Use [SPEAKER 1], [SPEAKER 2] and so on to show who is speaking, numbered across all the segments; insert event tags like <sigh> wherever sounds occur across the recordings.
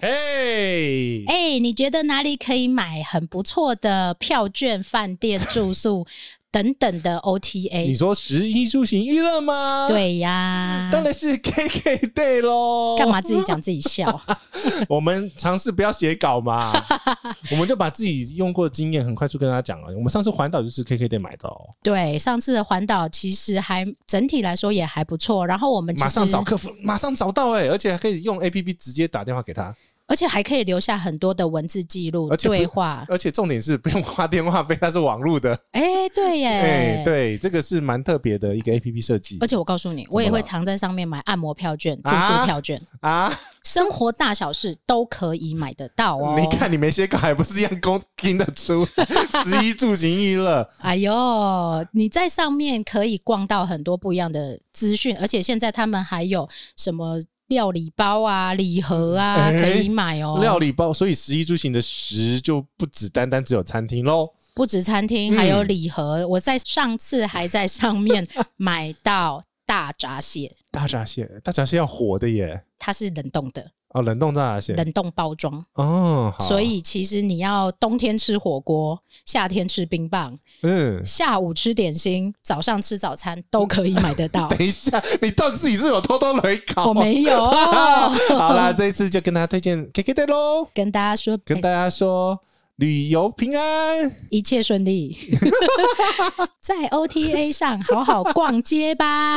[SPEAKER 1] 嘿，
[SPEAKER 2] 哎、你觉得哪里可以买很不错的票券、饭店、
[SPEAKER 1] <laughs>
[SPEAKER 2] 住宿等等的
[SPEAKER 1] 你
[SPEAKER 2] OTA？
[SPEAKER 1] 说十一出行娱乐吗？，
[SPEAKER 2] 对呀，
[SPEAKER 1] 当然哦是 <laughs> KK Day 喽。
[SPEAKER 2] 干嘛自己讲自己笑？ <laughs>
[SPEAKER 1] 我们尝试不要写稿嘛， <laughs> 我们就把自己用过的经验很快速跟大家讲了。我们上次环岛就是 KK 店买的哦，
[SPEAKER 2] 对，上次的环岛其实还整体来说也还不错，然后我们其
[SPEAKER 1] 马上
[SPEAKER 2] 实
[SPEAKER 1] 找客服，马上找到哎、而且还可以用 APP 直接打电话给他，
[SPEAKER 2] 而且还可以留下很多的文字记录
[SPEAKER 1] 而且不
[SPEAKER 2] 对
[SPEAKER 1] <laughs>
[SPEAKER 2] 话。
[SPEAKER 1] 而且重点是不用花电话费，它是网路的。
[SPEAKER 2] 哎、对耶，
[SPEAKER 1] 哎、对，这个是蛮特别的一个 APP 设计
[SPEAKER 2] 而且我告诉你，
[SPEAKER 1] 么
[SPEAKER 2] 我也会
[SPEAKER 1] 了
[SPEAKER 2] 常在上面买按摩票券、住
[SPEAKER 1] 啊
[SPEAKER 2] 宿票券，
[SPEAKER 1] 啊！
[SPEAKER 2] 生活大小事都可以买得到哦。
[SPEAKER 1] 你看，你没写稿，还不是一样公听得出？十一住行娱乐，
[SPEAKER 2] 哎呦，你在上面可以逛到很多不一样的资讯，而且现在他们还有什么料理包啊、礼盒啊，
[SPEAKER 1] 哎
[SPEAKER 2] 可以买哦。
[SPEAKER 1] 料理包，所以十一住行的十就不只单单只有餐厅喽。
[SPEAKER 2] 不止餐厅，
[SPEAKER 1] 嗯
[SPEAKER 2] 还有礼盒。我在上次还在上面买到大
[SPEAKER 1] <laughs>
[SPEAKER 2] 闸蟹，
[SPEAKER 1] 大闸蟹，大闸蟹要活的耶！
[SPEAKER 2] 它是冷冻的，
[SPEAKER 1] 哦，冷冻大闸蟹，
[SPEAKER 2] 冷冻包装，
[SPEAKER 1] 哦，好
[SPEAKER 2] 所以其实你要冬天吃火锅，夏天吃冰棒，
[SPEAKER 1] 嗯，
[SPEAKER 2] 下午吃点心，早上吃早餐都可以买得到。
[SPEAKER 1] <laughs> 等一下，你到底自己是有偷偷来搞？啊
[SPEAKER 2] 我没有
[SPEAKER 1] <laughs> 好啦，这一次就跟大家推荐 KK Day 喽，
[SPEAKER 2] 跟大家说，
[SPEAKER 1] 跟大家说旅游平安。
[SPEAKER 2] 一切顺 <laughs> 利，在 OTA 上好好逛街吧。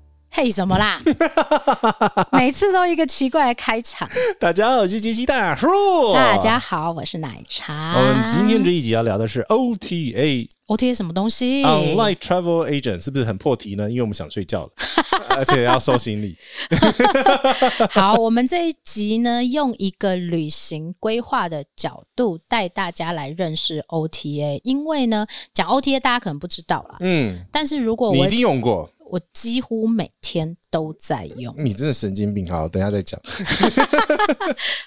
[SPEAKER 2] <laughs> 嘿、什么 <laughs> 啦？每次都一个奇怪的开场。
[SPEAKER 1] 大家好，我是杰西大叔。
[SPEAKER 2] 大家好，我是奶茶。
[SPEAKER 1] 我们今天这一集要聊的是 OTA
[SPEAKER 2] OTA 什么东西 <laughs>
[SPEAKER 1] Online Travel Agent，是不是很破题呢？因为我们想睡觉了，而且要收行李。
[SPEAKER 2] 好，我们这一集呢，用一个旅行规划的角度带大家来认识 OTA。因为呢，讲 OTA 大家可能不知道啦，
[SPEAKER 1] 嗯，
[SPEAKER 2] 但是如果
[SPEAKER 1] 你
[SPEAKER 2] 我
[SPEAKER 1] 一定用过，
[SPEAKER 2] 我几乎每天都在用，
[SPEAKER 1] 你真的神经病。好，等一下再讲。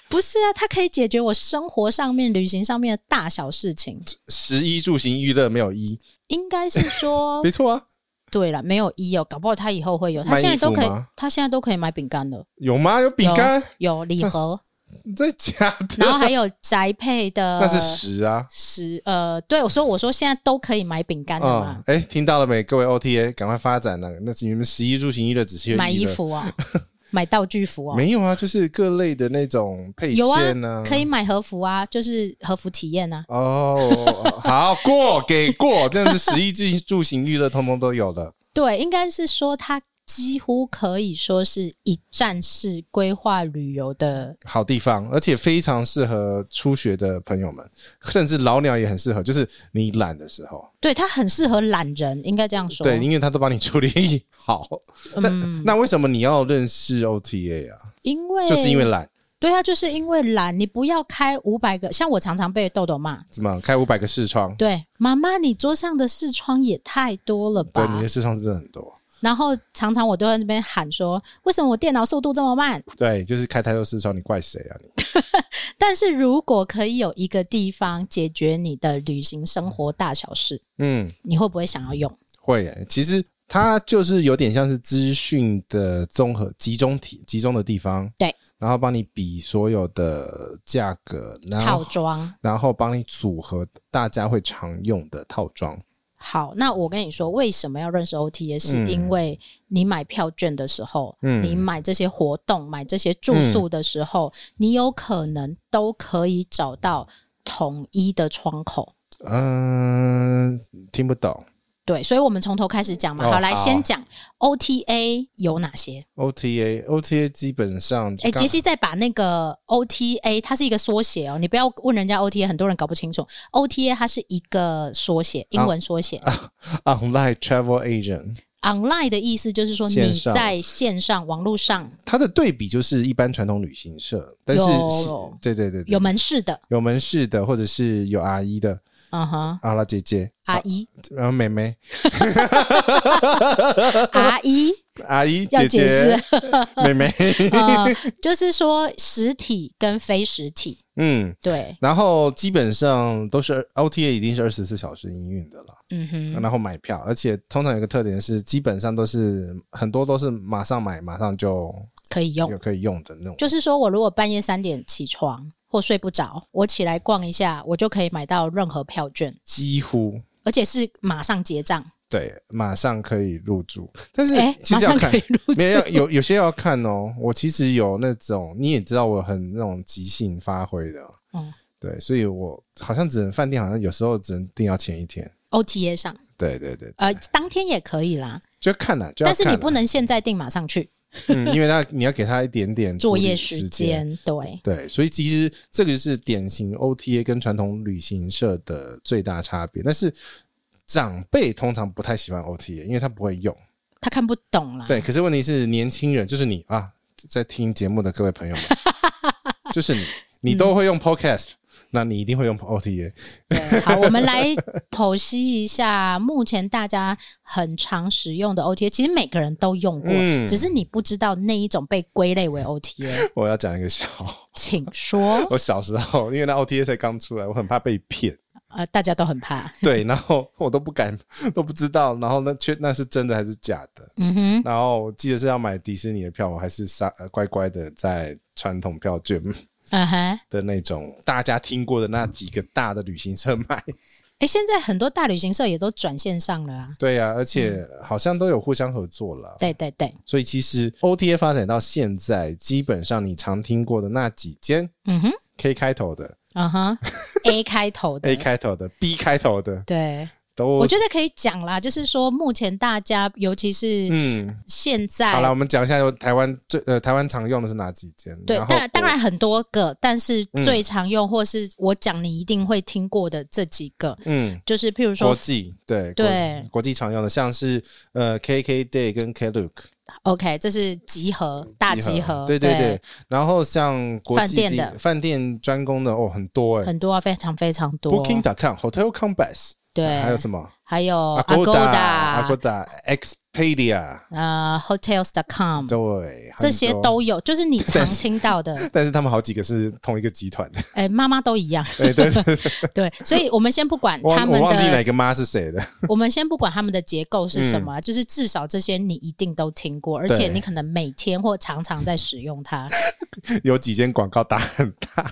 [SPEAKER 2] 不是啊，它可以解决我生活上面、旅行上面的大小事情。
[SPEAKER 1] 十一住行娱乐没有一，
[SPEAKER 2] 应该是
[SPEAKER 1] <laughs>
[SPEAKER 2] 说
[SPEAKER 1] 没，错啊，
[SPEAKER 2] 对了，没有一哦，搞不好它以后会有。它
[SPEAKER 1] 卖衣
[SPEAKER 2] 现在都可以
[SPEAKER 1] 服吗，
[SPEAKER 2] 它现在都可以买饼干了，
[SPEAKER 1] 有吗？有饼
[SPEAKER 2] 有
[SPEAKER 1] 干，
[SPEAKER 2] 有礼
[SPEAKER 1] <laughs>
[SPEAKER 2] 盒，
[SPEAKER 1] 真的假
[SPEAKER 2] 然后
[SPEAKER 1] 的？
[SPEAKER 2] 还有宅配的，
[SPEAKER 1] 那是十啊。
[SPEAKER 2] 十呃，对我说我说现在都可以买饼干的
[SPEAKER 1] 嗯
[SPEAKER 2] 嘛，，
[SPEAKER 1] 哎、听到了没？各位 OTA，赶快发展了、那你们十一住行娱乐只是
[SPEAKER 2] 买衣、
[SPEAKER 1] <laughs>
[SPEAKER 2] 服啊，买道具服啊，
[SPEAKER 1] 没有啊？就是各类的那种配
[SPEAKER 2] 有啊
[SPEAKER 1] 件呢、，
[SPEAKER 2] 可以买和服啊，就是和服体验啊。
[SPEAKER 1] 哦，好过给过，但是十一住住行 <laughs> 娱乐通通都有了。
[SPEAKER 2] 对，应该是说它几乎可以说是一站式规划旅游的。
[SPEAKER 1] 好地方，而且非常适合初学的朋友们，甚至老鸟也很适合。就是你懒的时候，
[SPEAKER 2] 对，它很适合懒人，应该这样说。
[SPEAKER 1] 对，因为他都帮你处理好。那、
[SPEAKER 2] 嗯
[SPEAKER 1] 那为什么你要认识 OTA 啊？
[SPEAKER 2] 因为
[SPEAKER 1] 就是因为懒，
[SPEAKER 2] 对啊，就是因为懒，你不要开五百个。像我常常被豆豆骂，
[SPEAKER 1] 怎么开五百个视窗？
[SPEAKER 2] 对妈妈，你桌上的视窗也太多了吧？
[SPEAKER 1] 对，你的视窗真的很多。
[SPEAKER 2] 然后常常我都在那边喊说，为什么我电脑速度这么慢？
[SPEAKER 1] 对，就是开太多视窗，你怪谁啊？你
[SPEAKER 2] 但是如果可以有一个地方解决你的旅行生活大小事，
[SPEAKER 1] 嗯，
[SPEAKER 2] 你会不会想要用？
[SPEAKER 1] 会耶、其实它就是有点像是资讯的综合集中体，集中的地方。
[SPEAKER 2] 对，
[SPEAKER 1] 然后帮你比所有的价格，然
[SPEAKER 2] 套
[SPEAKER 1] 后
[SPEAKER 2] 装
[SPEAKER 1] 然后帮你组合大家会常用的套装。
[SPEAKER 2] 好，那我跟你说，为什么要认识 OTA？是
[SPEAKER 1] 嗯
[SPEAKER 2] 因为你买票券的时候，
[SPEAKER 1] 嗯
[SPEAKER 2] 你买这些活动、买这些住宿的时候，你有可能都可以找到统一的窗口。
[SPEAKER 1] 嗯，听不懂
[SPEAKER 2] 对，所以我们从头开始讲嘛。
[SPEAKER 1] 哦
[SPEAKER 2] 好，来
[SPEAKER 1] 好
[SPEAKER 2] 先讲 OTA 有哪些。
[SPEAKER 1] OTA OTA 基本上
[SPEAKER 2] 哎、
[SPEAKER 1] 刚
[SPEAKER 2] 杰西再把那个 OTA，它是一个缩写哦，你不要问人家 OTA，很多人搞不清楚。OTA 它是一个缩写，英
[SPEAKER 1] 啊
[SPEAKER 2] 文缩写。
[SPEAKER 1] Online Travel Agent，
[SPEAKER 2] Online 的意思就是说
[SPEAKER 1] 线
[SPEAKER 2] 你
[SPEAKER 1] 上
[SPEAKER 2] 在线上、网络上
[SPEAKER 1] 它的对比就是一般传统旅行社，但是
[SPEAKER 2] 有
[SPEAKER 1] 是对对对对
[SPEAKER 2] 有门市的，
[SPEAKER 1] 有门市的，或者是有阿姨的
[SPEAKER 2] 嗯哼，
[SPEAKER 1] 阿拉姐姐，
[SPEAKER 2] 阿姨，
[SPEAKER 1] 然后妹妹，
[SPEAKER 2] 阿姨， <laughs>
[SPEAKER 1] 阿姨、
[SPEAKER 2] 要
[SPEAKER 1] 姐
[SPEAKER 2] 解
[SPEAKER 1] 姐
[SPEAKER 2] 释、
[SPEAKER 1] <laughs> 妹妹，
[SPEAKER 2] 呃，就是说实体跟非实体，
[SPEAKER 1] 嗯，
[SPEAKER 2] 对，
[SPEAKER 1] 然后基本上都是 OTA 一定是二十四小时营运的了，
[SPEAKER 2] 嗯哼，
[SPEAKER 1] 然后买票，而且通常有个特点是，基本上都是很多都是马上买，马上就
[SPEAKER 2] 可以用
[SPEAKER 1] 有。可以用的那种。
[SPEAKER 2] 就是说我如果半夜三点起床或睡不着，我起来逛一下，我就可以买到任何票券，
[SPEAKER 1] 几乎
[SPEAKER 2] 而且是马上结账，
[SPEAKER 1] 对，马上可以入住，但是
[SPEAKER 2] 哎、
[SPEAKER 1] 其
[SPEAKER 2] 马
[SPEAKER 1] 实要
[SPEAKER 2] 上
[SPEAKER 1] 看
[SPEAKER 2] 可以，入住 <laughs>
[SPEAKER 1] 没。有有有些要看哦。我其实有那种你也知道我很那种即兴发挥的，
[SPEAKER 2] 嗯
[SPEAKER 1] 对，所以我好像只能饭店，好像有时候只能订到前一天。
[SPEAKER 2] OTA 上，
[SPEAKER 1] 对对对，
[SPEAKER 2] 呃，当天也可以啦，
[SPEAKER 1] 就看哎了，就要
[SPEAKER 2] 但是你
[SPEAKER 1] 看啦
[SPEAKER 2] 不，能现在订，马上去
[SPEAKER 1] 嗯，因为那你要给他一点点处
[SPEAKER 2] 作
[SPEAKER 1] 理
[SPEAKER 2] 业
[SPEAKER 1] 时
[SPEAKER 2] 时。间，对，
[SPEAKER 1] 对，所以其实这个是典型 OTA 跟传统旅行社的最大差别。但是长辈通常不太喜欢 OTA，因为他不会用。
[SPEAKER 2] 他看不懂啦。
[SPEAKER 1] 对，可是问题是年轻人，就是你啊，在听节目的各位朋友们，就是你，你都会用 Podcast，、那你一定会用 OTA。
[SPEAKER 2] 对，好，我们来剖析一下目前大家很常使用的 OTA，其实每个人都用过，
[SPEAKER 1] 嗯
[SPEAKER 2] 只是你不知道那一种被归类为 OTA，
[SPEAKER 1] 我要讲一个笑话，
[SPEAKER 2] 请说，
[SPEAKER 1] 我小时候因为那 OTA 才刚出来，我很怕被骗。
[SPEAKER 2] 呃，大家都很怕，
[SPEAKER 1] 对，然后我都不敢， <laughs> 都不知道，然后那确那是真的还是假的？
[SPEAKER 2] 嗯哼，
[SPEAKER 1] 然后我记得是要买迪士尼的票，我还是傻呃乖乖的在传统票券
[SPEAKER 2] 嗯哼，哎、
[SPEAKER 1] 的那种大家听过的那几个大的旅行社买。
[SPEAKER 2] 现在很多大旅行社也都转线上了啊，
[SPEAKER 1] 对呀、而且好像都有互相合作了。
[SPEAKER 2] 对对对，
[SPEAKER 1] 所以其实 OTA 发展到现在，基本上你常听过的那几间
[SPEAKER 2] 嗯哼，
[SPEAKER 1] K 开头的、
[SPEAKER 2] 嗯哼
[SPEAKER 1] <laughs>
[SPEAKER 2] ，A 开头的
[SPEAKER 1] A 开头的、B 开头的，
[SPEAKER 2] 对，
[SPEAKER 1] 都
[SPEAKER 2] 我觉得可以讲啦，就是说目前大家，尤其是
[SPEAKER 1] 嗯，
[SPEAKER 2] 现在，
[SPEAKER 1] 好了，我们讲一下台湾最呃台湾常用的是哪几间？
[SPEAKER 2] 对，
[SPEAKER 1] 后
[SPEAKER 2] 但当然很多个，但是
[SPEAKER 1] 嗯
[SPEAKER 2] 最常用或是我讲你一定会听过的这几个，
[SPEAKER 1] 嗯。
[SPEAKER 2] 就是譬如说
[SPEAKER 1] 国际对
[SPEAKER 2] 对
[SPEAKER 1] 国国际常用的，像是呃 KK Day 跟 Klook
[SPEAKER 2] ，OK，这是集合大集合，
[SPEAKER 1] 对对对。然后像国际
[SPEAKER 2] 饭店
[SPEAKER 1] 地
[SPEAKER 2] 的
[SPEAKER 1] 饭店专攻的哦，很多哎
[SPEAKER 2] 很多啊，非常非常多。
[SPEAKER 1] ，Booking.com、Hotel Combats，
[SPEAKER 2] 对，
[SPEAKER 1] 还有什么
[SPEAKER 2] 还有 Agoda、
[SPEAKER 1] Agoda、Expedia，
[SPEAKER 2] 呃 Hotels.com，
[SPEAKER 1] 对，
[SPEAKER 2] 这些
[SPEAKER 1] 很多
[SPEAKER 2] 都有，就
[SPEAKER 1] <laughs>
[SPEAKER 2] 是你常听到的。
[SPEAKER 1] 但是他们好几个是同一个集
[SPEAKER 2] <laughs>
[SPEAKER 1] 团的，
[SPEAKER 2] 哎，妈妈都一样，
[SPEAKER 1] 对对对，
[SPEAKER 2] 对，所以我们先不管
[SPEAKER 1] 我
[SPEAKER 2] 他
[SPEAKER 1] 我
[SPEAKER 2] 们
[SPEAKER 1] 忘记哪
[SPEAKER 2] 的，
[SPEAKER 1] 个妈是谁了。 <laughs>
[SPEAKER 2] 我们先不管他们的结构是什么，啊就是至少这些你一定都听过，而且
[SPEAKER 1] 对
[SPEAKER 2] 你可能每天或常常在使用它。
[SPEAKER 1] 有几间广告打很大，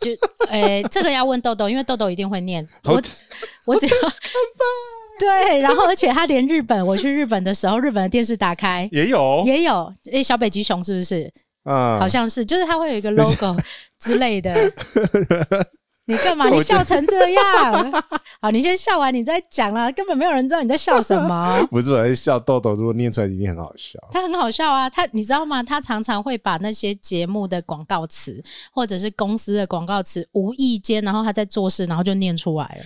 [SPEAKER 2] 就诶、这个要问豆豆，因为豆豆一定会
[SPEAKER 1] <laughs>
[SPEAKER 2] 念。
[SPEAKER 1] 好
[SPEAKER 2] 我只我
[SPEAKER 1] <laughs>
[SPEAKER 2] 只要对，然后而且他连日本，我去日本的时候，日本的电视打开
[SPEAKER 1] 也有，哦
[SPEAKER 2] 也有诶、小北极熊是不是？
[SPEAKER 1] 嗯，
[SPEAKER 2] 好像是，就是它会有一个 logo 之类
[SPEAKER 1] <laughs>
[SPEAKER 2] 的。你干嘛？
[SPEAKER 1] 我
[SPEAKER 2] 你笑成这样？ <laughs> 好，你先笑完，你再讲啦。根本没有人知道你在笑什么。
[SPEAKER 1] 不是我在笑豆豆，如果念出来一定很好笑。
[SPEAKER 2] 他很好笑啊，他你知道吗？他常常会把那些节目的广告词或者是公司的广告词无意间，然后他在做事，然后就念出来了，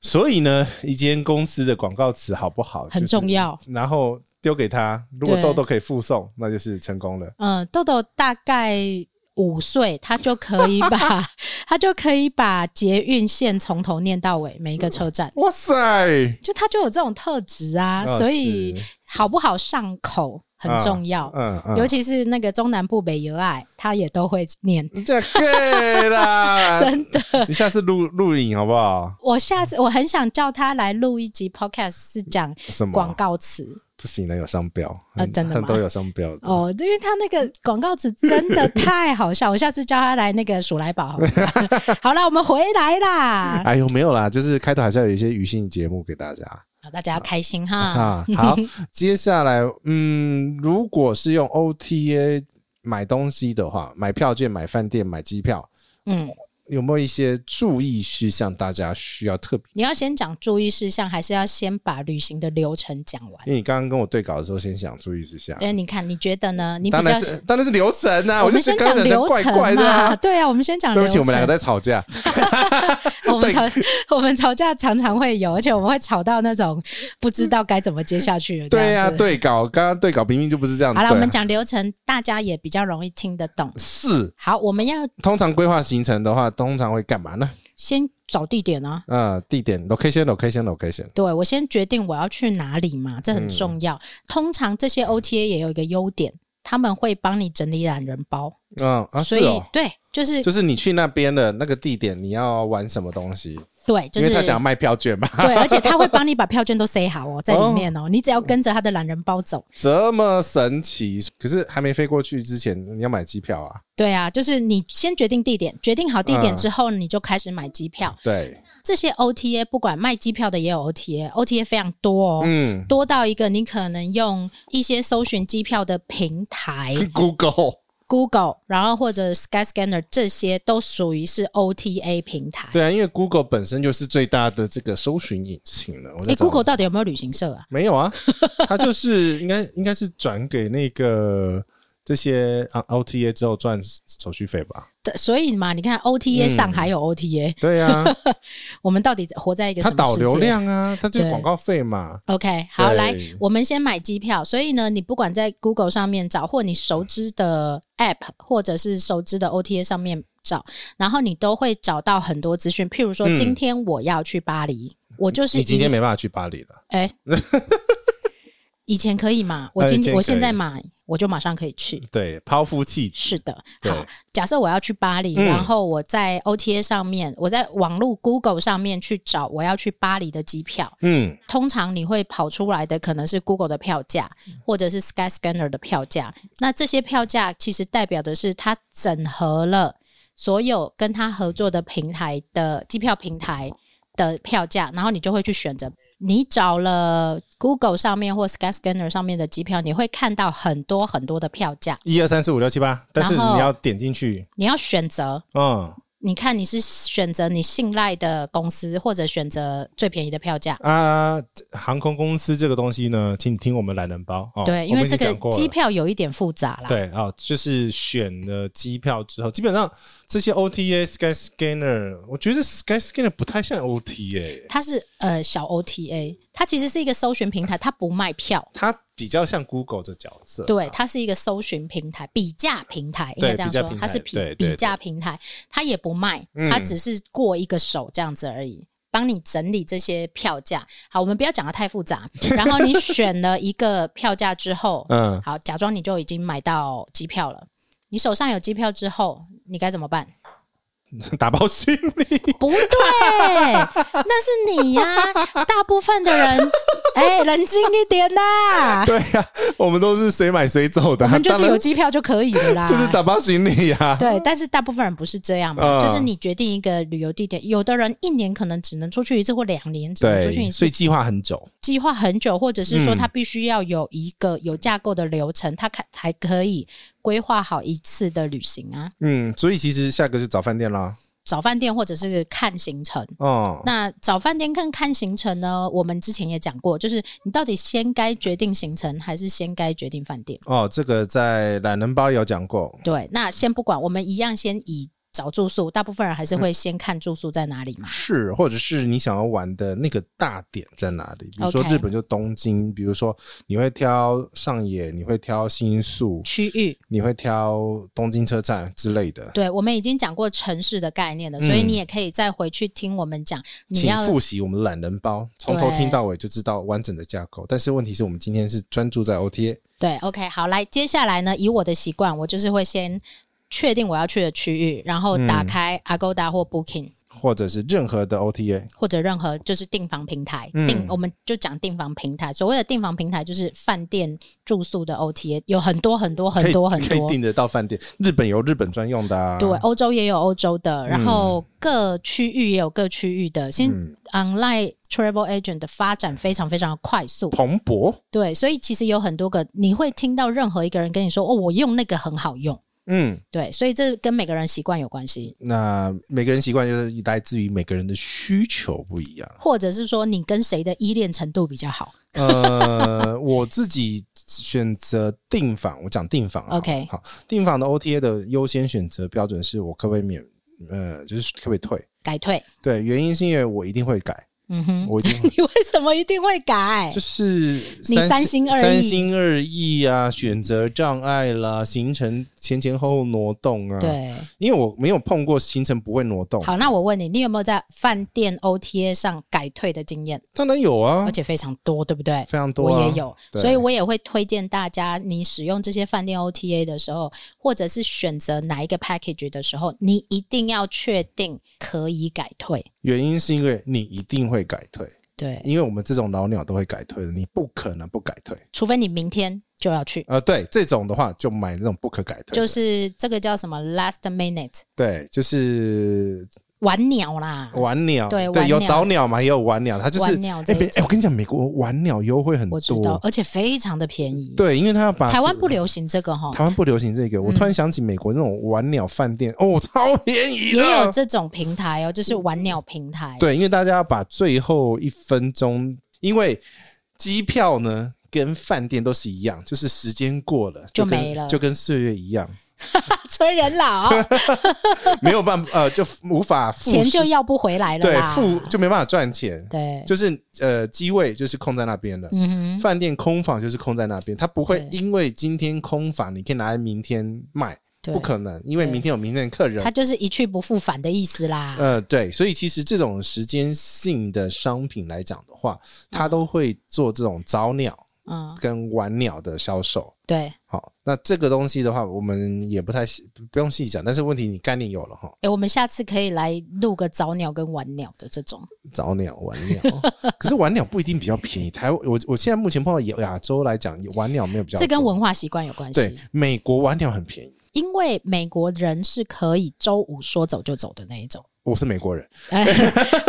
[SPEAKER 1] 所以呢，一间公司的广告词好不好
[SPEAKER 2] 很重。要
[SPEAKER 1] 就。是然后丢给他，如果
[SPEAKER 2] 对
[SPEAKER 1] 豆豆可以附送，那就是成功了。
[SPEAKER 2] 嗯，豆豆大概五岁，他就可以
[SPEAKER 1] <laughs>
[SPEAKER 2] 把他就可以把捷运线从头念到尾，每一个车站。
[SPEAKER 1] 哇塞，
[SPEAKER 2] 就他就有这种特质啊，
[SPEAKER 1] 哦
[SPEAKER 2] 所以好不好上口很重要，
[SPEAKER 1] 嗯嗯，
[SPEAKER 2] 尤其是那个中南部北友爱，他也都会念。
[SPEAKER 1] 你这 gay 啦，
[SPEAKER 2] <laughs> 真的，
[SPEAKER 1] 你下次录录影好不好？
[SPEAKER 2] 我下次我很想叫他来录一集 podcast，是讲
[SPEAKER 1] 什么啊
[SPEAKER 2] 广告词
[SPEAKER 1] 不行了，有商标
[SPEAKER 2] 呃
[SPEAKER 1] 很
[SPEAKER 2] 真的吗
[SPEAKER 1] 很多有商标的。
[SPEAKER 2] 哦，因为他那
[SPEAKER 1] <laughs>
[SPEAKER 2] 个广告词真的太好笑，我下次叫他来那个数来宝
[SPEAKER 1] <laughs>
[SPEAKER 2] 好了。好啦，我们回来啦，
[SPEAKER 1] 哎呦，没有啦，就是开头还是要有一些娱性节目给大家
[SPEAKER 2] 好大家开心哈。
[SPEAKER 1] 啊。好， <laughs> 接下来，嗯，如果是用 OTA 买东西的话，买票券、买饭店、买机票，
[SPEAKER 2] 嗯，
[SPEAKER 1] 有没有一些注意事项大家需要特别？
[SPEAKER 2] 你要先讲注意事项，还是要先把旅行的流程讲完？
[SPEAKER 1] 因为你刚刚跟我对稿的时候，先想注意事项。
[SPEAKER 2] 哎，你看，你觉得呢？你比
[SPEAKER 1] 当
[SPEAKER 2] 较
[SPEAKER 1] 然是当然是流程啊，
[SPEAKER 2] 我
[SPEAKER 1] 就
[SPEAKER 2] 们
[SPEAKER 1] 是
[SPEAKER 2] 先
[SPEAKER 1] 刚
[SPEAKER 2] 讲
[SPEAKER 1] 才
[SPEAKER 2] 流
[SPEAKER 1] 怪
[SPEAKER 2] 程
[SPEAKER 1] 怪的
[SPEAKER 2] 嘛，
[SPEAKER 1] 啊。
[SPEAKER 2] 对啊，我们先讲
[SPEAKER 1] 对
[SPEAKER 2] 流
[SPEAKER 1] 不起，
[SPEAKER 2] 程。
[SPEAKER 1] 我们两个在吵架。
[SPEAKER 2] 我们
[SPEAKER 1] 对
[SPEAKER 2] 吵， <laughs> 我们吵架常常会有，而且我们会吵到那种不知道该怎么接下去了。
[SPEAKER 1] 对
[SPEAKER 2] 呀、
[SPEAKER 1] 呀，对啊稿，刚刚对稿明明就不是这样。
[SPEAKER 2] 好了，
[SPEAKER 1] 对啊
[SPEAKER 2] 我们讲流程，大家也比较容易听得懂。
[SPEAKER 1] 是
[SPEAKER 2] 好，我们要
[SPEAKER 1] 通常规划行程的话，通常会干嘛呢？
[SPEAKER 2] 先找地点啊。
[SPEAKER 1] 啊，地点 location location location，
[SPEAKER 2] 对，我先决定我要去哪里嘛，这
[SPEAKER 1] 嗯
[SPEAKER 2] 很重要。通常这些 OTA 也有一个优点，他们会帮你整理懒人包，
[SPEAKER 1] 啊啊，
[SPEAKER 2] 所
[SPEAKER 1] 是
[SPEAKER 2] 以、
[SPEAKER 1] 哦，
[SPEAKER 2] 对，就是
[SPEAKER 1] 就是你去那边的那个地点，你要玩什么东西？
[SPEAKER 2] 对，就
[SPEAKER 1] 因为
[SPEAKER 2] 是
[SPEAKER 1] 他想要卖票券嘛， <laughs>
[SPEAKER 2] 对，而且他会帮你把票券都塞好哦，在里面哦，你只要跟着他的懒人包走。
[SPEAKER 1] 这么神奇。可是还没飞过去之前，你要买机票啊？
[SPEAKER 2] 对啊，就是你先决定地点，决定好地点
[SPEAKER 1] 嗯
[SPEAKER 2] 之后，你就开始买机票。
[SPEAKER 1] 对，
[SPEAKER 2] 这些 OTA 不管卖机票的也有 OTA，OTA 非常多哦，
[SPEAKER 1] 嗯
[SPEAKER 2] 多到一个你可能用一些搜寻机票的平台
[SPEAKER 1] ，Google，
[SPEAKER 2] <laughs> Google，然后或者 Skyscanner 这些都属于是 OTA 平台。
[SPEAKER 1] 对啊，因为 Google 本身就是最大的这个搜寻引擎了。我在
[SPEAKER 2] 诶
[SPEAKER 1] 找
[SPEAKER 2] g o o g l e 到底有没有旅行社啊？
[SPEAKER 1] 没有啊，它就是 <laughs> 应该应该是转给那个这些啊 OTA 之后赚手续费吧？
[SPEAKER 2] 所以嘛，你看 OTA 上
[SPEAKER 1] 嗯
[SPEAKER 2] 还有 OTA，、
[SPEAKER 1] 对
[SPEAKER 2] <laughs>
[SPEAKER 1] 啊，
[SPEAKER 2] 我们到底活在一个
[SPEAKER 1] 它
[SPEAKER 2] 什么世
[SPEAKER 1] 导
[SPEAKER 2] 界？
[SPEAKER 1] 流量啊，它就是
[SPEAKER 2] 对
[SPEAKER 1] 广告费嘛。
[SPEAKER 2] OK，好，来
[SPEAKER 1] 对，
[SPEAKER 2] 我们先买机票。所以呢，你不管在 Google 上面找，或你熟知的 App，或者是熟知的 OTA 上面找，然后你都会找到很多资讯。譬如说，
[SPEAKER 1] 嗯
[SPEAKER 2] 今天我要去巴黎，我就是
[SPEAKER 1] 你今天
[SPEAKER 2] 以
[SPEAKER 1] 没办法去巴黎了， <laughs>
[SPEAKER 2] 哎，以前可以嘛？我
[SPEAKER 1] 呃
[SPEAKER 2] 今
[SPEAKER 1] 以前
[SPEAKER 2] 我现
[SPEAKER 1] 可以
[SPEAKER 2] 在买，我就马上可以去。
[SPEAKER 1] 对，抛夫弃子，
[SPEAKER 2] 是的，
[SPEAKER 1] 对
[SPEAKER 2] 好。假设我要去巴黎，
[SPEAKER 1] 嗯
[SPEAKER 2] 然后我在 OTA 上面，我在网络 Google 上面去找我要去巴黎的机票，
[SPEAKER 1] 嗯，
[SPEAKER 2] 通常你会跑出来的可能是 Google 的票价，
[SPEAKER 1] 嗯
[SPEAKER 2] 或者是 Skyscanner 的票价。那这些票价其实代表的是它整合了所有跟它合作的平台的机票平台的票价，然后你就会去选择。你找了 Google 上面或 Skyscanner 上面的机票，你会看到很多很多的票价，
[SPEAKER 1] 一二三四五六七八，但是
[SPEAKER 2] 然后
[SPEAKER 1] 你要点进去，
[SPEAKER 2] 你要选择。
[SPEAKER 1] 嗯
[SPEAKER 2] 你看，你是选择你信赖的公司，或者选择最便宜的票价？
[SPEAKER 1] 啊，航空公司这个东西呢，请你听我们懒人包哦，
[SPEAKER 2] 对，因
[SPEAKER 1] 我
[SPEAKER 2] 为
[SPEAKER 1] 们已
[SPEAKER 2] 这
[SPEAKER 1] 经
[SPEAKER 2] 个
[SPEAKER 1] 讲过了
[SPEAKER 2] 机票有一点复杂啦。
[SPEAKER 1] 对哦，就是选了机票之后，基本上这些 OTA Skyscanner，我觉得 Skyscanner 不太像 OTA，
[SPEAKER 2] 它是呃小 OTA，它其实是一个搜寻平台，它不卖票，
[SPEAKER 1] 它比较像 Google 的角色。
[SPEAKER 2] 对，它是一个搜寻平台，比价平台应该这样
[SPEAKER 1] 比价
[SPEAKER 2] 说，
[SPEAKER 1] 平台
[SPEAKER 2] 它是比
[SPEAKER 1] 对对
[SPEAKER 2] 比价平台，它也不卖，
[SPEAKER 1] 嗯
[SPEAKER 2] 它只是过一个手这样子而已。帮你整理这些票价，好，我们不要讲的太复杂。 <laughs> 然后你选了一个票价之后，
[SPEAKER 1] 嗯，
[SPEAKER 2] 好，假装你就已经买到机票了，你手上有机票之后，你该怎么办？
[SPEAKER 1] <laughs> 打包行
[SPEAKER 2] <laughs>
[SPEAKER 1] 李，
[SPEAKER 2] 不对，那是你
[SPEAKER 1] <laughs>
[SPEAKER 2] 呀、大部分的人，哎、冷静一点
[SPEAKER 1] <laughs>
[SPEAKER 2] 啦。
[SPEAKER 1] 对呀、我们都是谁买谁走的
[SPEAKER 2] 我
[SPEAKER 1] 啊、
[SPEAKER 2] 们就是
[SPEAKER 1] 当然
[SPEAKER 2] 有机票就可以了啦。
[SPEAKER 1] <laughs> 就是打包行李呀、
[SPEAKER 2] 对，但是大部分人不是这样嘛，
[SPEAKER 1] 嗯
[SPEAKER 2] 就是你决定一个旅游地点，有的人一年可能只能出去一次，或两年只能出去一
[SPEAKER 1] 对，所
[SPEAKER 2] 次
[SPEAKER 1] 以，计划很久。
[SPEAKER 2] 计划很久，或者是说
[SPEAKER 1] 嗯
[SPEAKER 2] 他必须要有一个有架构的流程，他看才可以规划好一次的旅行啊，
[SPEAKER 1] 嗯，所以其实下个是找饭店啦。
[SPEAKER 2] 找饭店或者是看行程。
[SPEAKER 1] 哦，
[SPEAKER 2] 那找饭店跟看行程呢？我们之前也讲过，就是你到底先该决定行程，还是先该决定饭店？
[SPEAKER 1] 哦，这个在懒人包有讲过。
[SPEAKER 2] 对，那先不管，我们一样先以找住宿，大部分人还是会先看住宿在哪里嘛。
[SPEAKER 1] 是，或者是你想要玩的那个大点在哪里？比如说
[SPEAKER 2] OK
[SPEAKER 1] 日本就东京，比如说你会挑上野，你会挑新宿，
[SPEAKER 2] 区域，
[SPEAKER 1] 你会挑东京车站之类的。
[SPEAKER 2] 对我们已经讲过城市的概念了，所以你也可以再回去听我们讲。你
[SPEAKER 1] 嗯请
[SPEAKER 2] 要
[SPEAKER 1] 复习我们的懒人包，从头
[SPEAKER 2] 对
[SPEAKER 1] 听到尾就知道完整的架构。但是问题是我们今天是专注在 OTA，
[SPEAKER 2] 对，OK，好，来，接下来呢，以我的习惯，我就是会先确定我要去的区域，然后打
[SPEAKER 1] 嗯
[SPEAKER 2] 开 Agoda 或 Booking。
[SPEAKER 1] 或者是任何的 OTA。
[SPEAKER 2] 或者任何就是订房平台，
[SPEAKER 1] 嗯
[SPEAKER 2] 订我们就讲订房平台。所谓的订房平台，就是饭店住宿的 OTA，有很多很多
[SPEAKER 1] 可
[SPEAKER 2] 很
[SPEAKER 1] 以
[SPEAKER 2] 多很
[SPEAKER 1] 可以
[SPEAKER 2] 多。
[SPEAKER 1] 订得到饭店，日本有日本专用的啊。嗯
[SPEAKER 2] 对，欧洲也有欧洲的，然后各区域也有各区域的。现
[SPEAKER 1] 嗯
[SPEAKER 2] 在 online travel agent 的发展非常非常的快速，
[SPEAKER 1] 蓬勃，
[SPEAKER 2] 对，所以其实有很多个，你会听到任何一个人跟你说：“哦，我用那个很好用。
[SPEAKER 1] 嗯，”
[SPEAKER 2] 对，所以这跟每个人习惯有关系，
[SPEAKER 1] 那每个人习惯就是来自于每个人的需求不一
[SPEAKER 2] <laughs>
[SPEAKER 1] 样。
[SPEAKER 2] 或者是说你跟谁的依恋程度比较好。
[SPEAKER 1] 呃，我自己选择订房，我讲订房好了
[SPEAKER 2] OK
[SPEAKER 1] 好，订房的 OTA 的优先选择标准是我可不可以免，呃，就是可不可以退？
[SPEAKER 2] 改退，
[SPEAKER 1] 对，原因是因为我一定会改，<laughs>
[SPEAKER 2] 嗯哼，
[SPEAKER 1] 我一
[SPEAKER 2] <laughs>
[SPEAKER 1] 定会
[SPEAKER 2] 你为什么一定会改
[SPEAKER 1] 就？是
[SPEAKER 2] 你三心二意
[SPEAKER 1] 三心二意啊，选择障碍啦，行程前前后后挪动啊。，
[SPEAKER 2] 对，
[SPEAKER 1] 因为我没有碰过行程不会挪动，
[SPEAKER 2] 好，那我问你，你有没有在饭店 OTA 上改退的经验？
[SPEAKER 1] 当然有啊
[SPEAKER 2] 而，且非常多，对不对？
[SPEAKER 1] 非常多、
[SPEAKER 2] 我
[SPEAKER 1] 啊。
[SPEAKER 2] 也有，
[SPEAKER 1] 对
[SPEAKER 2] 所以我也会推荐大家，你使用这些饭店 OTA 的时候，或者是选择哪一个 package 的时候，你一定要确定可以改退。
[SPEAKER 1] 原因是因为你一定会改退，
[SPEAKER 2] 对，
[SPEAKER 1] 因为我们这种老鸟都会改退的，你不可能不改退。
[SPEAKER 2] 除非你明天就要去，
[SPEAKER 1] 呃，对，这种的话就买那种不可改退的，
[SPEAKER 2] 就是这个叫什么 last minute
[SPEAKER 1] 对，就是
[SPEAKER 2] 晚鸟啦，
[SPEAKER 1] 晚鸟，
[SPEAKER 2] 对晚
[SPEAKER 1] 对，有
[SPEAKER 2] 鸟
[SPEAKER 1] 早鸟嘛，也有晚鸟，它就是
[SPEAKER 2] 晚鸟
[SPEAKER 1] 哎
[SPEAKER 2] 这一
[SPEAKER 1] 别
[SPEAKER 2] 种
[SPEAKER 1] 哎，我跟你讲，美国晚鸟优惠很
[SPEAKER 2] 我知道
[SPEAKER 1] 多，，
[SPEAKER 2] 而且非常的便宜。
[SPEAKER 1] 对，因为它要把
[SPEAKER 2] 台湾
[SPEAKER 1] 所
[SPEAKER 2] 不嗯流行这个哈，
[SPEAKER 1] 台湾不流行这个，我突然想起美国那种晚鸟饭店，哦，超便宜
[SPEAKER 2] 也有
[SPEAKER 1] 的。
[SPEAKER 2] 这种平台哦，就是晚鸟平台。
[SPEAKER 1] 啊对，因为大家要把最后一分钟，因为机票呢跟饭店都是一样，就是时间过了
[SPEAKER 2] 就
[SPEAKER 1] 跟
[SPEAKER 2] 没了
[SPEAKER 1] 就跟岁月一样， <laughs>
[SPEAKER 2] <laughs> 催人老，
[SPEAKER 1] 没有办法，呃，就无法复
[SPEAKER 2] <laughs> 钱就
[SPEAKER 1] 生
[SPEAKER 2] 要不回来了
[SPEAKER 1] 对
[SPEAKER 2] 啦。
[SPEAKER 1] 付就没办法赚钱，
[SPEAKER 2] 对，
[SPEAKER 1] 就是呃机位就是空在那边了。
[SPEAKER 2] 嗯哼，
[SPEAKER 1] 饭店空房就是空在那边，它不会
[SPEAKER 2] 对
[SPEAKER 1] 因为今天空房，你可以拿来明天卖，
[SPEAKER 2] 对
[SPEAKER 1] 不可能，因为
[SPEAKER 2] 对
[SPEAKER 1] 明天有明天的客人
[SPEAKER 2] 它，就是一去不复返的意思啦。
[SPEAKER 1] 呃，对，所以其实这种时间性的商品来讲的话，它都会做这种早鸟
[SPEAKER 2] 嗯，
[SPEAKER 1] 跟晚鸟的销售。
[SPEAKER 2] 对。
[SPEAKER 1] 好，那这个东西的话，我们也不太细不用细讲，但是问题你概念有了哈，
[SPEAKER 2] 哎、我们下次可以来录个早鸟跟晚鸟的这种，
[SPEAKER 1] 早鸟、晚
[SPEAKER 2] <laughs>
[SPEAKER 1] 鸟，可是晚鸟不一定比较便宜。台湾我我现在目前碰到亚亚洲来讲，晚鸟没有比较多，
[SPEAKER 2] 这跟文化习惯有关
[SPEAKER 1] 对
[SPEAKER 2] 系。
[SPEAKER 1] 美国晚鸟很便宜，
[SPEAKER 2] 因为美国人是可以周五说走就走的那
[SPEAKER 1] <laughs>
[SPEAKER 2] 一种，
[SPEAKER 1] 我是美国人，
[SPEAKER 2] 哎，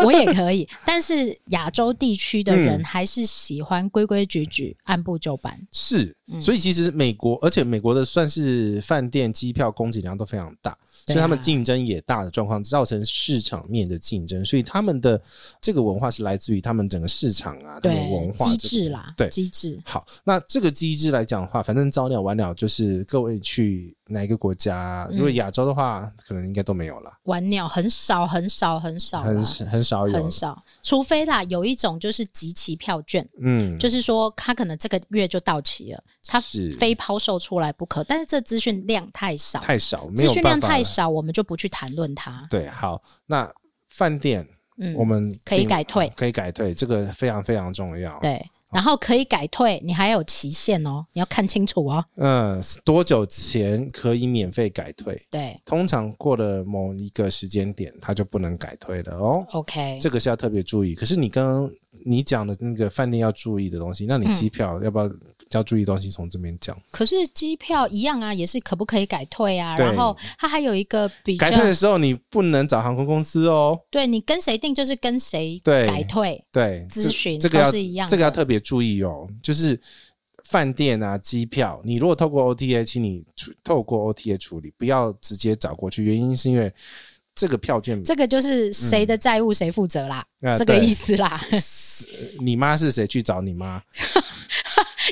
[SPEAKER 2] 我也可以。但是亚洲地区的人
[SPEAKER 1] 嗯
[SPEAKER 2] 还是喜欢规规矩矩、按部就班。
[SPEAKER 1] 是，
[SPEAKER 2] 嗯
[SPEAKER 1] 所以其实美国，而且美国的算是饭店机票供给量都非常大，所
[SPEAKER 2] 对
[SPEAKER 1] 以
[SPEAKER 2] 啊
[SPEAKER 1] 他们竞争也大的状况，造成市场面的竞争，所以他们的这个文化是来自于他们整个市场啊，他
[SPEAKER 2] 对
[SPEAKER 1] 们文化
[SPEAKER 2] 机
[SPEAKER 1] 这个
[SPEAKER 2] 制啦，
[SPEAKER 1] 对。
[SPEAKER 2] 机制，
[SPEAKER 1] 好，那这个机制来讲的话，反正早鸟晚鸟就是各位去哪一个国家，如果亚洲的话，可能应该都没有了，
[SPEAKER 2] 晚鸟很少很少很少啦
[SPEAKER 1] 很少很少有了
[SPEAKER 2] 很，少，除非啦有一种就是集齐票券，
[SPEAKER 1] 嗯，
[SPEAKER 2] 就是说他可能这个月就到期了，他
[SPEAKER 1] 是
[SPEAKER 2] 非抛售出来不可。但是这资讯量太少，
[SPEAKER 1] 太少，没
[SPEAKER 2] 资
[SPEAKER 1] 有
[SPEAKER 2] 讯量
[SPEAKER 1] 办法
[SPEAKER 2] 太
[SPEAKER 1] 了
[SPEAKER 2] 少，我们就不去谈论它。
[SPEAKER 1] 对，好，那饭店
[SPEAKER 2] 嗯，
[SPEAKER 1] 我们
[SPEAKER 2] 可以
[SPEAKER 1] 定
[SPEAKER 2] 改退
[SPEAKER 1] 可以改退，这个非常非常重要。
[SPEAKER 2] 对，然后可以改退，你还有期限哦，你要看清楚哦。
[SPEAKER 1] 嗯，多久前可以免费改退？
[SPEAKER 2] 对
[SPEAKER 1] 通常过了某一个时间点，它就不能改退了哦。
[SPEAKER 2] ，OK，
[SPEAKER 1] 这个是要特别注意。可是你刚刚你讲的那个饭店要注意的东西，那
[SPEAKER 2] 嗯
[SPEAKER 1] 你机票要不要要注意的东西从这边讲？
[SPEAKER 2] 可是机票一样啊，也是可不可以改退啊？
[SPEAKER 1] 对
[SPEAKER 2] 然后它还有一个比较
[SPEAKER 1] 改，退的时候你不能找航空公司哦。
[SPEAKER 2] 对你跟谁订就是跟谁
[SPEAKER 1] 对
[SPEAKER 2] 改退，
[SPEAKER 1] 对，
[SPEAKER 2] 咨
[SPEAKER 1] 这
[SPEAKER 2] 询
[SPEAKER 1] 这个
[SPEAKER 2] 都
[SPEAKER 1] 要
[SPEAKER 2] 是一样的
[SPEAKER 1] 这个要特别注意哦，就是。饭店啊，机票，你如果透过 OTA，请你处透过 OTA 处理，不要直接找过去。原因是因为这个票券，
[SPEAKER 2] 这个就是谁的债务谁负责啦，
[SPEAKER 1] 嗯啊
[SPEAKER 2] 这个
[SPEAKER 1] 对
[SPEAKER 2] 意思啦， <laughs>
[SPEAKER 1] 你妈是谁去找你妈？哦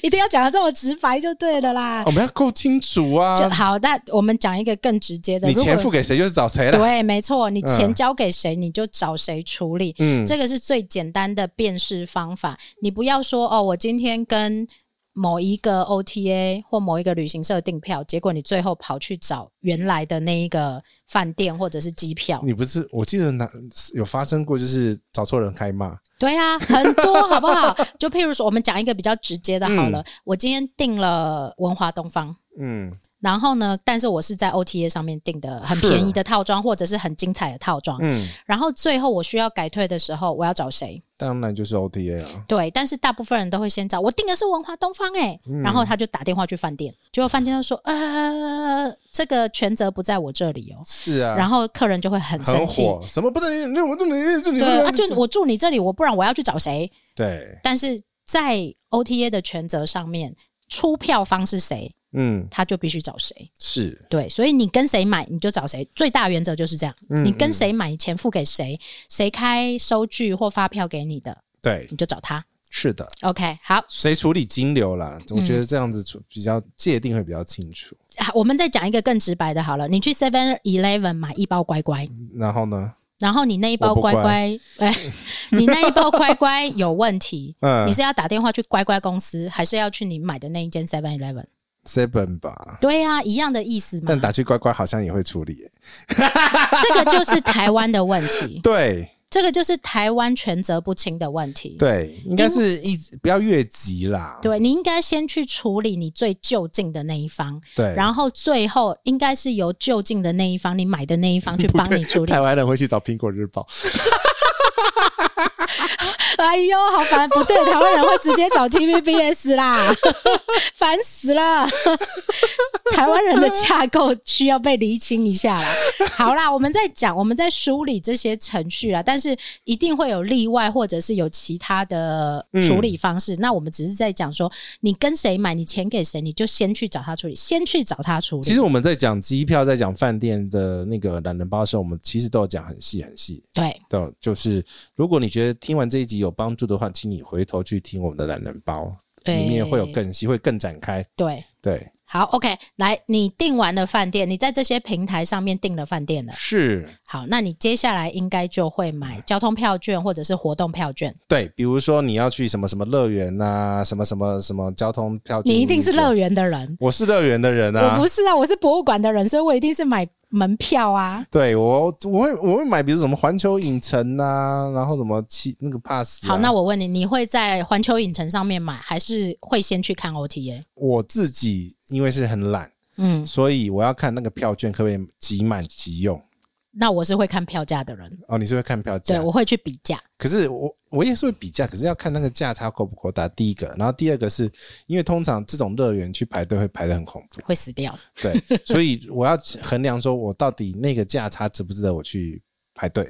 [SPEAKER 2] 一定要讲的这么直白就对了啦。
[SPEAKER 1] <laughs> 我们要够清楚啊！
[SPEAKER 2] 就好，那我们讲一个更直接的，
[SPEAKER 1] 你
[SPEAKER 2] 如
[SPEAKER 1] 钱付
[SPEAKER 2] 果
[SPEAKER 1] 给谁就是找谁了。
[SPEAKER 2] 对，没错，你钱
[SPEAKER 1] 嗯
[SPEAKER 2] 交给谁，你就找谁处理。
[SPEAKER 1] 嗯，
[SPEAKER 2] 这个是最简单的辨识方法。你不要说哦，我今天跟某一个 OTA 或某一个旅行社订票，结果你最后跑去找原来的那一个饭店或者是机票。
[SPEAKER 1] 你不是？我记得那有发生过，就是找错人开骂。
[SPEAKER 2] 对啊，很多好
[SPEAKER 1] <laughs>
[SPEAKER 2] 不好？就譬如说，我们讲一个比较直接的好了。我今天订了文华东方。
[SPEAKER 1] 嗯，
[SPEAKER 2] 然后呢？但是我是在 OTA 上面订的很便宜的套装，或者是很精彩的套装。
[SPEAKER 1] 嗯
[SPEAKER 2] 然后最后我需要改退的时候，我要找谁？
[SPEAKER 1] 当然就是 OTA 啊。
[SPEAKER 2] 对，但是大部分人都会先找我订的是文华东方哎、
[SPEAKER 1] 嗯
[SPEAKER 2] 然后他就打电话去饭店，结果饭店就说呃，这个权责不在我这里哦，
[SPEAKER 1] 是啊，
[SPEAKER 2] 然后客人就会很
[SPEAKER 1] 很
[SPEAKER 2] 生气，
[SPEAKER 1] 火，什么不能？那我不能，这里
[SPEAKER 2] 对啊，就我住你这里，我不然我要去找谁？
[SPEAKER 1] 对，
[SPEAKER 2] 但是在 OTA 的权责上面，出票方是谁，
[SPEAKER 1] 嗯，
[SPEAKER 2] 他就必须找谁。
[SPEAKER 1] 是
[SPEAKER 2] 对，所以你跟谁买你就找谁，最大原则就是这样。
[SPEAKER 1] 嗯
[SPEAKER 2] 你跟谁买，你钱付给谁，谁开收据或发票给你的，
[SPEAKER 1] 对，
[SPEAKER 2] 你就找他。
[SPEAKER 1] 是的。
[SPEAKER 2] OK，好，
[SPEAKER 1] 谁处理金流啦？我觉得
[SPEAKER 2] 嗯
[SPEAKER 1] 这样子处比较界定会比较清楚。
[SPEAKER 2] 啊我们再讲一个更直白的，好了，你去 Seven Eleven 买一包乖乖，
[SPEAKER 1] 然后呢？
[SPEAKER 2] 然后你那一包
[SPEAKER 1] 我不乖
[SPEAKER 2] 乖乖，哎， <laughs> 你那一包乖乖有问题，
[SPEAKER 1] <laughs> 嗯
[SPEAKER 2] 你是要打电话去乖乖公司，还是要去你买的那一间 Seven Eleven？
[SPEAKER 1] Seven 吧，
[SPEAKER 2] 对啊，一样的意思嘛
[SPEAKER 1] 但。打去乖乖好像也会处理耶。
[SPEAKER 2] 这个就是台湾的问题，
[SPEAKER 1] 对
[SPEAKER 2] 这个就是台湾权责不清的问题。
[SPEAKER 1] 对，应该是一直不要越级啦。
[SPEAKER 2] 对，你应该先去处理你最就近的那一方，
[SPEAKER 1] 对，
[SPEAKER 2] 然后最后应该是由就近的那一方，你买的那一方去帮你处理
[SPEAKER 1] 台。湾人会去找苹果日报，
[SPEAKER 2] <laughs> 哎呦，好烦！不对，台湾人会直接找 TVBS 啦， <laughs> 烦死了。 <laughs> 台湾人的架构需要被厘清一下啦。好啦，我们在讲，我们在梳理这些程序啦，但是一定会有例外，或者是有其他的处理方
[SPEAKER 1] 嗯
[SPEAKER 2] 式。那我们只是在讲说，你跟谁买，你钱给谁，你就先去找他处理，先去找他处理。
[SPEAKER 1] 其实我们在讲机票、在讲饭店的那个懒人包的时候，我们其实都有讲很细很细。
[SPEAKER 2] 对
[SPEAKER 1] 对，就是如果你觉得听完这一集有帮助的话，请你回头去听我们的懒人包，
[SPEAKER 2] 对，
[SPEAKER 1] 里面会有更细，会更展开。
[SPEAKER 2] 对。
[SPEAKER 1] 对，
[SPEAKER 2] 好，OK，来，你订完了饭店，你在这些平台上面订了饭店了。
[SPEAKER 1] 是，
[SPEAKER 2] 好，那你接下来应该就会买交通票券或者是活动票券。
[SPEAKER 1] 对，比如说你要去什么什么乐园呐、什么什么什么交通票，
[SPEAKER 2] 你一定是乐
[SPEAKER 1] 园，
[SPEAKER 2] 园的人，
[SPEAKER 1] 我是乐园的人啊，
[SPEAKER 2] 我不是啊，我是博物馆的人，所以我一定是买门票啊。
[SPEAKER 1] 对我我会我会买，比如什么环球影城呐、然后什么七那个 pass、啊。
[SPEAKER 2] 好，那我问你，你会在环球影城上面买，还是会先去看 OTA？
[SPEAKER 1] 我自己因为是很懒，
[SPEAKER 2] 嗯，
[SPEAKER 1] 所以我要看那个票券可不可以集满即用。
[SPEAKER 2] 那我是会看票价的人，
[SPEAKER 1] 哦，你是会看票价
[SPEAKER 2] 对，？我会去比价。
[SPEAKER 1] 可是我我也是会比价，可是要看那个价差够不够大。第一个，然后第二个是因为通常这种乐园去排队会排的很恐怖，
[SPEAKER 2] 会死掉，
[SPEAKER 1] 对，
[SPEAKER 2] <laughs>
[SPEAKER 1] 所以我要衡量说我到底那个价差值不值得我去排队。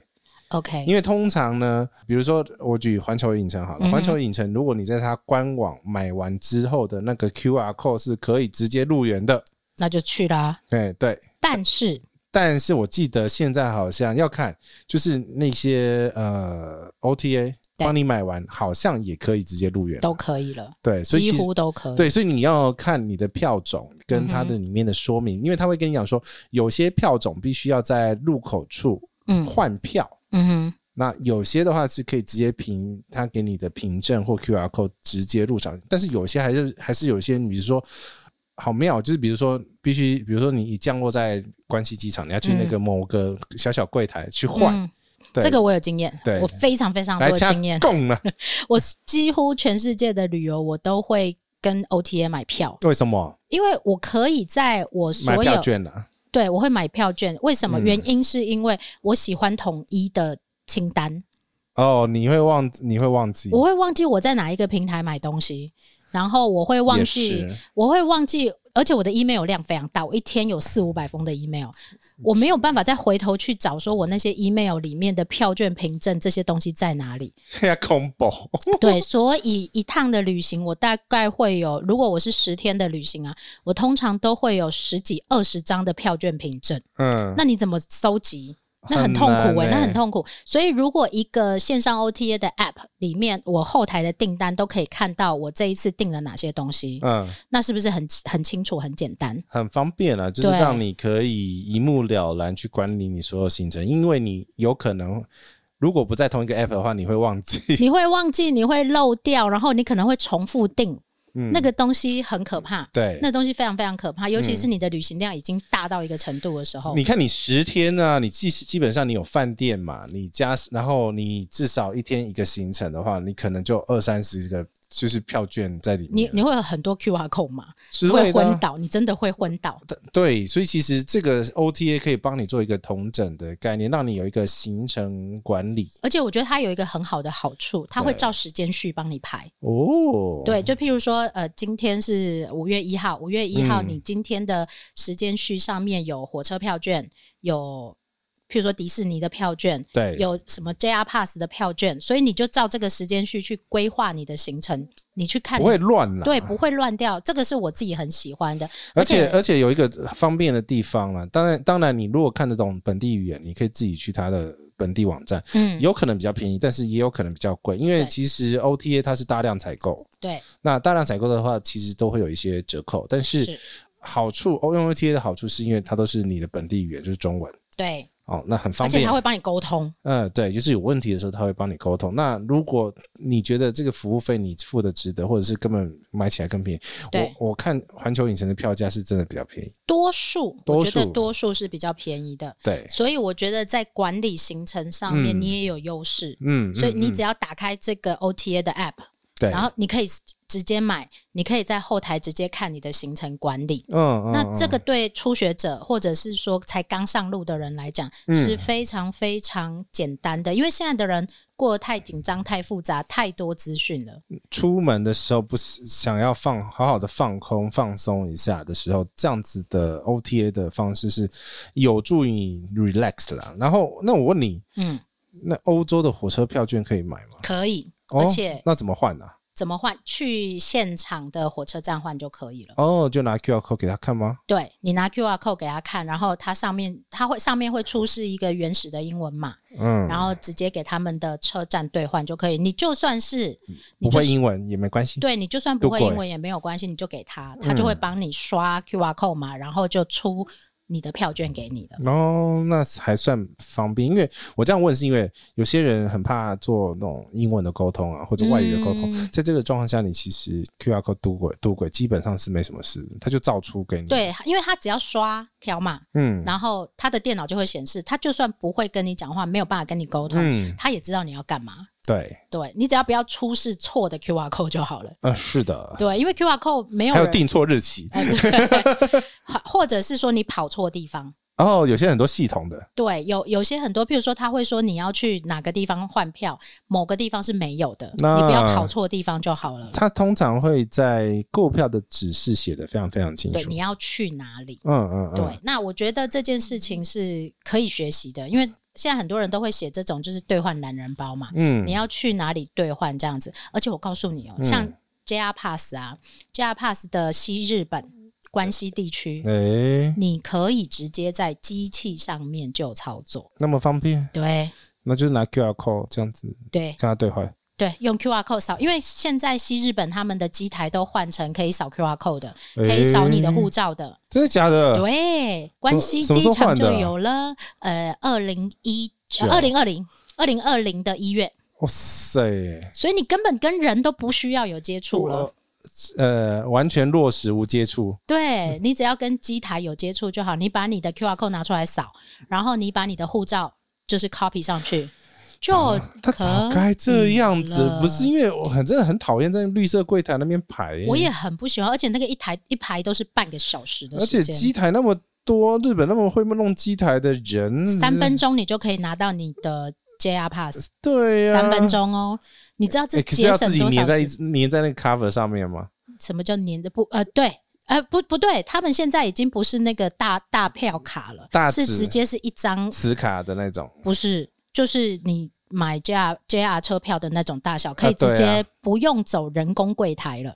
[SPEAKER 2] OK，
[SPEAKER 1] 因为通常呢，比如说我举环球影城好
[SPEAKER 2] 嗯
[SPEAKER 1] 了，环球影城如果你在它官网买完之后的那个 QR code 是可以直接入园的，
[SPEAKER 2] 那就去啦。
[SPEAKER 1] 对对。
[SPEAKER 2] 但是
[SPEAKER 1] 但是我记得现在好像要看，就是那些呃 OTA
[SPEAKER 2] 对
[SPEAKER 1] 帮你买完，好像也可以直接入园了，
[SPEAKER 2] 都可以了，
[SPEAKER 1] 对，啊所以
[SPEAKER 2] 几
[SPEAKER 1] 其实
[SPEAKER 2] 乎都可以。
[SPEAKER 1] 对，所以你要看你的票种跟它的里面的说明，因为他会跟你讲说，有些票种必须要在入口处
[SPEAKER 2] 嗯
[SPEAKER 1] 换票，
[SPEAKER 2] 嗯哼，
[SPEAKER 1] 那有些的话是可以直接凭他给你的凭证或 QR code 直接入场，但是有些还是还是有些，比如说好妙，就是比如说必须，比如说你降落在关西机场，你要去那个某个小小柜台去换，
[SPEAKER 2] 嗯
[SPEAKER 1] 对
[SPEAKER 2] 这个我有经验
[SPEAKER 1] 对，
[SPEAKER 2] 我非常非常多
[SPEAKER 1] 来
[SPEAKER 2] 的
[SPEAKER 1] 掐
[SPEAKER 2] 经验。
[SPEAKER 1] 供了，
[SPEAKER 2] 我几乎全世界的旅游，我都会跟 OTA 买票，
[SPEAKER 1] 为什
[SPEAKER 2] <laughs>
[SPEAKER 1] 么
[SPEAKER 2] 因为我可以在我
[SPEAKER 1] 买
[SPEAKER 2] 所
[SPEAKER 1] 票
[SPEAKER 2] 有
[SPEAKER 1] 券了？
[SPEAKER 2] 对我会买票券。为什么？
[SPEAKER 1] 嗯
[SPEAKER 2] 原因是因为我喜欢统一的清单，
[SPEAKER 1] 哦，你会忘你会忘记，
[SPEAKER 2] 我
[SPEAKER 1] <laughs>
[SPEAKER 2] 会忘记我在哪一个平台买东西，然后我会忘
[SPEAKER 1] 也
[SPEAKER 2] 记，
[SPEAKER 1] 是
[SPEAKER 2] 我会忘记。而且我的 email 量非常大，我一天有四五百封的 email，我没有办法再回头去找，说我那些 email 里面的票券凭证这些东西在哪里。
[SPEAKER 1] 现在恐怖， <laughs>
[SPEAKER 2] 对，所以一趟的旅行，我大概会有，如果我是十天的旅行啊，我通常都会有十几、二十张的票券凭证。
[SPEAKER 1] 嗯，
[SPEAKER 2] 那你怎么收集？那很
[SPEAKER 1] 很
[SPEAKER 2] 痛苦
[SPEAKER 1] 难
[SPEAKER 2] 诶、那
[SPEAKER 1] 欸
[SPEAKER 2] 很痛苦。所以，如果一个线上 OTA 的 App 里面，我后台的订单都可以看到我这一次订了哪些东西，
[SPEAKER 1] 嗯，
[SPEAKER 2] 那是不是很很清楚、很简单？
[SPEAKER 1] 很方便啊，就是
[SPEAKER 2] 对
[SPEAKER 1] 让你可以一目了然去管理你所有行程，因为你有可能如果不在同一个
[SPEAKER 2] 嗯
[SPEAKER 1] app 的话，你会忘
[SPEAKER 2] <laughs>
[SPEAKER 1] 记。
[SPEAKER 2] 你会忘记，你会漏掉，然后你可能会重复订，
[SPEAKER 1] 嗯
[SPEAKER 2] 那个东西很可怕。
[SPEAKER 1] 对，嗯
[SPEAKER 2] 那东西非常非常可怕，尤其是你的旅行量已经大到一个程度的时候，
[SPEAKER 1] 你看你十天呢、你基基本上你有饭店嘛，你加然后你至少一天一个行程的话，你可能就二三十个就是票券在里
[SPEAKER 2] 你
[SPEAKER 1] 面了，
[SPEAKER 2] 你会有很多 QR code 嘛，
[SPEAKER 1] 之类
[SPEAKER 2] 会
[SPEAKER 1] 的
[SPEAKER 2] 昏
[SPEAKER 1] 啊。
[SPEAKER 2] 倒，你真的会昏倒。
[SPEAKER 1] 对，所以其实这个 OTA 可以帮你做一个同整的概念，让你有一个行程管理
[SPEAKER 2] 而且我觉得它有一个很好的好处，它会照时间序帮你排。
[SPEAKER 1] 哦。
[SPEAKER 2] 对，就譬如说，呃，今天是五月一号，五月一号
[SPEAKER 1] 嗯
[SPEAKER 2] 你今天的时间序上面有火车票券，有譬如说迪士尼的票券，
[SPEAKER 1] 对，
[SPEAKER 2] 有什么 JR Pass 的票券，所以你就照这个时间序去规划你的行程，你去看
[SPEAKER 1] 不
[SPEAKER 2] 你
[SPEAKER 1] 会乱啦。啊
[SPEAKER 2] 对，不会乱掉。这个是我自己很喜欢的，
[SPEAKER 1] 而且
[SPEAKER 2] 而且
[SPEAKER 1] 而且有一个方便的地方啦，当然当然，你如果看得懂本地语言，你可以自己去它的本地网站，
[SPEAKER 2] 嗯，
[SPEAKER 1] 有可能比较便宜，但是也有可能比较贵，因为
[SPEAKER 2] 对
[SPEAKER 1] 其实 OTA 它是大量采购，
[SPEAKER 2] 对，
[SPEAKER 1] 那大量采购的话，其实都会有一些折扣，但是哦
[SPEAKER 2] 是
[SPEAKER 1] 好处 O 用 OTA 的好处是因为它都是你的本地语言，就是中文。
[SPEAKER 2] 对，
[SPEAKER 1] 哦，那很
[SPEAKER 2] 而
[SPEAKER 1] 方
[SPEAKER 2] 且
[SPEAKER 1] 便
[SPEAKER 2] 他。会帮你沟通。
[SPEAKER 1] 嗯，对，就是有问题的时候他会帮你沟通。那如果你觉得这个服务费你付的值得，或者是根本买起来更便宜，
[SPEAKER 2] 对
[SPEAKER 1] 我我看环球影城的票价是真的比较便宜。
[SPEAKER 2] 多数我
[SPEAKER 1] 多
[SPEAKER 2] 觉得
[SPEAKER 1] 数
[SPEAKER 2] 多数是比较便宜的，
[SPEAKER 1] 对，
[SPEAKER 2] 所以我觉得在管理行程上面
[SPEAKER 1] 嗯
[SPEAKER 2] 你也有优势。
[SPEAKER 1] 嗯，
[SPEAKER 2] 所以
[SPEAKER 1] 嗯
[SPEAKER 2] 你
[SPEAKER 1] 嗯哎
[SPEAKER 2] 只要打开这个 OTA 的 app，、
[SPEAKER 1] 对，
[SPEAKER 2] 然后你可以直接买，你可以在后台直接看你的行程管理。
[SPEAKER 1] 嗯，嗯
[SPEAKER 2] 那
[SPEAKER 1] 嗯
[SPEAKER 2] 这个对初学者或者是说才刚上路的人来讲
[SPEAKER 1] 嗯
[SPEAKER 2] 是非常非常简单的，因为现在的人过得太紧张、太复杂、太多资讯了。
[SPEAKER 1] 出门的时候不是想要放好好的放空放松一下的时候，这样子的 OTA 的方式是有助于你 relax 啦。然后，那我问你，
[SPEAKER 2] 嗯，
[SPEAKER 1] 那欧洲的火车票券可以买吗？
[SPEAKER 2] 可以，
[SPEAKER 1] 哦
[SPEAKER 2] 而且
[SPEAKER 1] 那怎么换啊呢、
[SPEAKER 2] 怎么换？去现场的火车站换就可以了。
[SPEAKER 1] 哦，就拿 QR code 给他看吗？
[SPEAKER 2] 对你拿 QR code 给他看，然后它上面它会上面会出示一个原始的英文码，
[SPEAKER 1] 嗯，
[SPEAKER 2] 然后直接给他们的车站兑换就可以。你就算是你
[SPEAKER 1] 不
[SPEAKER 2] 就
[SPEAKER 1] 会英文也没关系。
[SPEAKER 2] 对你就算不
[SPEAKER 1] 嗯
[SPEAKER 2] 会
[SPEAKER 1] 都过嗯
[SPEAKER 2] 英文也没有关系，你就给他，他就会帮你刷 QR code 嘛，然后就出你的票券给你了。
[SPEAKER 1] 哦，那还算方便，因为我这样问是因为有些人很怕做那种英文的沟通啊，或者外语的沟通，
[SPEAKER 2] 嗯
[SPEAKER 1] 在这个状况下，你其实 QR code 渡轨渡轨基本上是没什么事的，它就照出给你。，
[SPEAKER 2] 对，因为他只要刷条码，
[SPEAKER 1] 嗯
[SPEAKER 2] 然后他的电脑就会显示，他就算不会跟你讲话，没有办法跟你沟通，
[SPEAKER 1] 嗯，
[SPEAKER 2] 他也知道你要干嘛。
[SPEAKER 1] 对，
[SPEAKER 2] 对你只要不要出示错的 QR code 就好了。
[SPEAKER 1] 呃，是的，
[SPEAKER 2] 对，因为 QR code 没有
[SPEAKER 1] 还有
[SPEAKER 2] 人
[SPEAKER 1] 定错日期
[SPEAKER 2] 哎，对，好或者是说你跑错地方。
[SPEAKER 1] 哦，有些很多系统的，
[SPEAKER 2] 对，有有些很多，譬如说他会说你要去哪个地方换票，某个地方是没有的，
[SPEAKER 1] 那
[SPEAKER 2] 你不要跑错地方就好了。
[SPEAKER 1] 它通常会在购票的指示写的非常非常清
[SPEAKER 2] 对，
[SPEAKER 1] 楚
[SPEAKER 2] 你。要去哪里？
[SPEAKER 1] 嗯嗯嗯，
[SPEAKER 2] 对，那我觉得这件事情是可以学习的，因为现在很多人都会写这种就是兑换懒人包嘛，
[SPEAKER 1] 嗯
[SPEAKER 2] 你要去哪里兑换这样子。而且我告诉你哦，像
[SPEAKER 1] 嗯
[SPEAKER 2] JR Pass 啊，JR Pass 的西日本关西地
[SPEAKER 1] 嗯
[SPEAKER 2] 区，
[SPEAKER 1] 诶，
[SPEAKER 2] 你可以直接在机器上面就操作。
[SPEAKER 1] 那么方便，
[SPEAKER 2] 对
[SPEAKER 1] 那就是拿 QR code 这样子
[SPEAKER 2] 对
[SPEAKER 1] 跟他对话。
[SPEAKER 2] 对，用 QR code 扫，因为现在西日本他们的机台都换成可以扫 QR code 的，可以扫你的护
[SPEAKER 1] 诶，
[SPEAKER 2] 照的。
[SPEAKER 1] 真的假的？
[SPEAKER 2] 对，关西
[SPEAKER 1] 什么
[SPEAKER 2] 机
[SPEAKER 1] 时候
[SPEAKER 2] 场
[SPEAKER 1] 换的
[SPEAKER 2] 就
[SPEAKER 1] 啊
[SPEAKER 2] 有了。呃，二零一呃
[SPEAKER 1] 九
[SPEAKER 2] 二零二零二零二零的一月，
[SPEAKER 1] 哇塞，
[SPEAKER 2] 所以你根本跟人都不需要有接触了。
[SPEAKER 1] 呃，完全落实无接触，
[SPEAKER 2] 对你只要跟机台有接触就好，你把你的 QR code 拿出来扫，然后你把你的护照就是 copy 上去，就
[SPEAKER 1] 他早该这样子，不是
[SPEAKER 2] 为
[SPEAKER 1] 因为我很真的很讨厌在绿色柜台那边排耶，
[SPEAKER 2] 我也很不喜欢，而且那个一台一排都是半个小时的
[SPEAKER 1] 而且
[SPEAKER 2] 时间，
[SPEAKER 1] 机台那么多，日本那么会弄机台的人，
[SPEAKER 2] 三分钟你就可以拿到你的 JR Pass，
[SPEAKER 1] 对呀、
[SPEAKER 2] 三分。钟哦。你知道这
[SPEAKER 1] 哎，可是
[SPEAKER 2] 节
[SPEAKER 1] 要
[SPEAKER 2] 省
[SPEAKER 1] 自己
[SPEAKER 2] 多
[SPEAKER 1] 粘
[SPEAKER 2] 少
[SPEAKER 1] 在
[SPEAKER 2] 时
[SPEAKER 1] 一粘在那个 cover 上面吗？
[SPEAKER 2] 什么叫粘的不？呃，对，呃，不，不对，他们现在已经不是那个大大票卡了，
[SPEAKER 1] 大
[SPEAKER 2] 是
[SPEAKER 1] 纸
[SPEAKER 2] 直接是一张，
[SPEAKER 1] 磁卡的那种，
[SPEAKER 2] 不是，就是你买 JR JR 车票的那种大小，可以直
[SPEAKER 1] 对啊
[SPEAKER 2] 接不用走人工柜台了，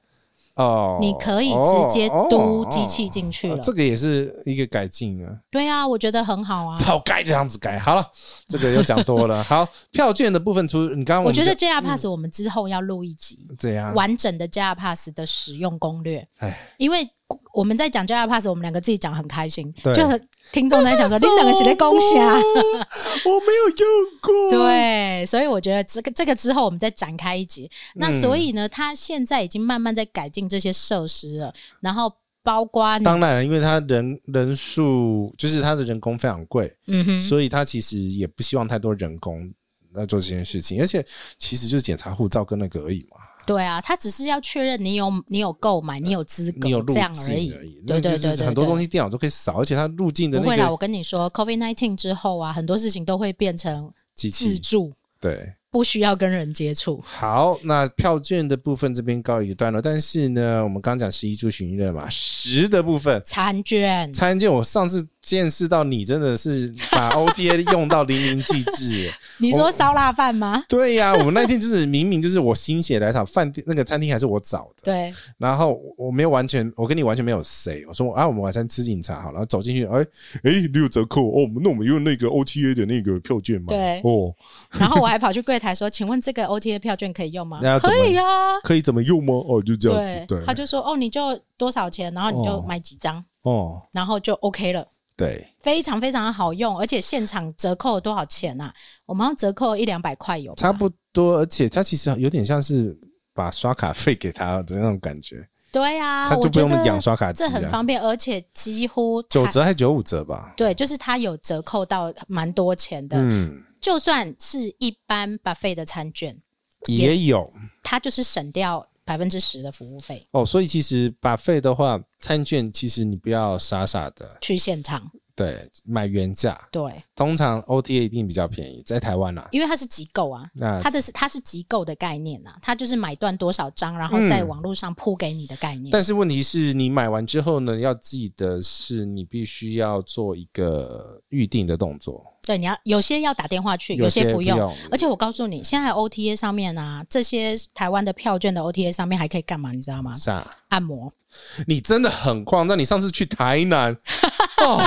[SPEAKER 1] 哦，
[SPEAKER 2] 你可以直接
[SPEAKER 1] 哦
[SPEAKER 2] 嘟机器进去
[SPEAKER 1] 哦
[SPEAKER 2] 了。
[SPEAKER 1] 这个也是一个改进啊，
[SPEAKER 2] 对啊，我觉得很好啊。
[SPEAKER 1] 早该这样子改。好了，这个又讲多
[SPEAKER 2] <laughs>
[SPEAKER 1] 了。好，票券的部分除你刚刚
[SPEAKER 2] 我觉得
[SPEAKER 1] 们嗯啊
[SPEAKER 2] JR Pass 我们之后要录一集。
[SPEAKER 1] 就怎样？
[SPEAKER 2] 完整的 JR Pass 的使用攻略
[SPEAKER 1] 哎，
[SPEAKER 2] 因为我们在讲 JR Pass，我们两个自己讲很开心，
[SPEAKER 1] 对
[SPEAKER 2] 就很听众在讲说你们两个是在攻虾，
[SPEAKER 1] 我没有用过。，
[SPEAKER 2] 对，所以我觉得这个这个之后我们再展开一集。那所
[SPEAKER 1] 嗯
[SPEAKER 2] 以呢，它现在已经慢慢在改进这些设施了，然后包括你，
[SPEAKER 1] 当然，因为他人人数就是他的人工非常贵，
[SPEAKER 2] 嗯哼，
[SPEAKER 1] 所以他其实也不希望太多人工来做这件事情，而且其实就是检查护照跟那个而已嘛，
[SPEAKER 2] 对啊，它只是要确认你有你有购买，你有资格
[SPEAKER 1] 呃你有路
[SPEAKER 2] 这
[SPEAKER 1] 径
[SPEAKER 2] 样而已
[SPEAKER 1] 已，，
[SPEAKER 2] 对
[SPEAKER 1] 那
[SPEAKER 2] 对
[SPEAKER 1] 就
[SPEAKER 2] 对
[SPEAKER 1] 是
[SPEAKER 2] 对，
[SPEAKER 1] 很多
[SPEAKER 2] 对
[SPEAKER 1] 东西电脑都可以扫，而且它入境的
[SPEAKER 2] 不会
[SPEAKER 1] 那
[SPEAKER 2] 啦，我
[SPEAKER 1] 个
[SPEAKER 2] 跟你说，COVID nineteen 之后啊，很多事情都会变成
[SPEAKER 1] 机
[SPEAKER 2] 自
[SPEAKER 1] 器，
[SPEAKER 2] 助，
[SPEAKER 1] 对。
[SPEAKER 2] 不需要跟人接触。
[SPEAKER 1] 好，那票券的部分这边告一个段落，但是呢，我们刚讲十一住巡乐嘛，十的部分。
[SPEAKER 2] 餐券，
[SPEAKER 1] 餐券，我上次见识到你真的是把 OTA 用到淋漓尽致耶，
[SPEAKER 2] <laughs> 你说烧腊饭吗？
[SPEAKER 1] 对呀、我们那天就是明明就是我心血来潮，饭店那个餐厅还是我找的，
[SPEAKER 2] 对，
[SPEAKER 1] 然后我没有完全，我跟你完全没有 say，我说啊，我们晚餐吃饮茶好了，然后走进去，哎哎六折扣哦，那我们用那个 OTA 的那个票券吗？
[SPEAKER 2] 对
[SPEAKER 1] 哦，
[SPEAKER 2] 然后我还跑去柜台说：“请问这个 OTA 票券可以用吗
[SPEAKER 1] 那要？”怎
[SPEAKER 2] 可
[SPEAKER 1] 么
[SPEAKER 2] 以啊，
[SPEAKER 1] 可以怎么用吗？哦，就这样子
[SPEAKER 2] 对，，
[SPEAKER 1] 对，
[SPEAKER 2] 他就说：“哦，你就多少钱，然后你就买几张，
[SPEAKER 1] 哦，
[SPEAKER 2] 然后就 OK 了。
[SPEAKER 1] 对，
[SPEAKER 2] 非常非常好用，而且现场折扣了多少钱啊？我们好像折扣一两百块有吧，
[SPEAKER 1] 差不多，而且它其实有点像是把刷卡费给他的那种感觉，
[SPEAKER 2] 对啊，
[SPEAKER 1] 他就不用
[SPEAKER 2] 我觉得
[SPEAKER 1] 养刷卡机
[SPEAKER 2] 这很
[SPEAKER 1] 啊。
[SPEAKER 2] 方便，而且几乎
[SPEAKER 1] 九
[SPEAKER 2] 它
[SPEAKER 1] 折还九五折吧？
[SPEAKER 2] 对，就是它有折扣到蛮多钱的，
[SPEAKER 1] 嗯，
[SPEAKER 2] 就算是一般 buffet 的餐券，
[SPEAKER 1] 也有
[SPEAKER 2] 它就是省掉百分之十的服务费
[SPEAKER 1] 哦。所以其实把费的话，餐券其实你不要傻傻的，
[SPEAKER 2] 去现场。
[SPEAKER 1] 对，买原价。
[SPEAKER 2] 对，
[SPEAKER 1] 通常 OTA 一定比较便宜，在台湾啦、
[SPEAKER 2] 因为它是集购啊，
[SPEAKER 1] 那
[SPEAKER 2] 它的是它是集购的概念啊，它就是买断多少张，然后在网络上铺给你的概念。
[SPEAKER 1] 嗯但是问题是你买完之后呢，要记得是你必须要做一个预定的动作，
[SPEAKER 2] 对，你要有些要打电话去，
[SPEAKER 1] 有
[SPEAKER 2] 些
[SPEAKER 1] 不
[SPEAKER 2] 用。而且我告诉你，现在 OTA 上面啊，这些台湾的票券的 OTA 上面还可以干嘛？你知道吗？
[SPEAKER 1] 是啊，
[SPEAKER 2] 按摩，
[SPEAKER 1] 你真的很狂。那你上次去台南，哦，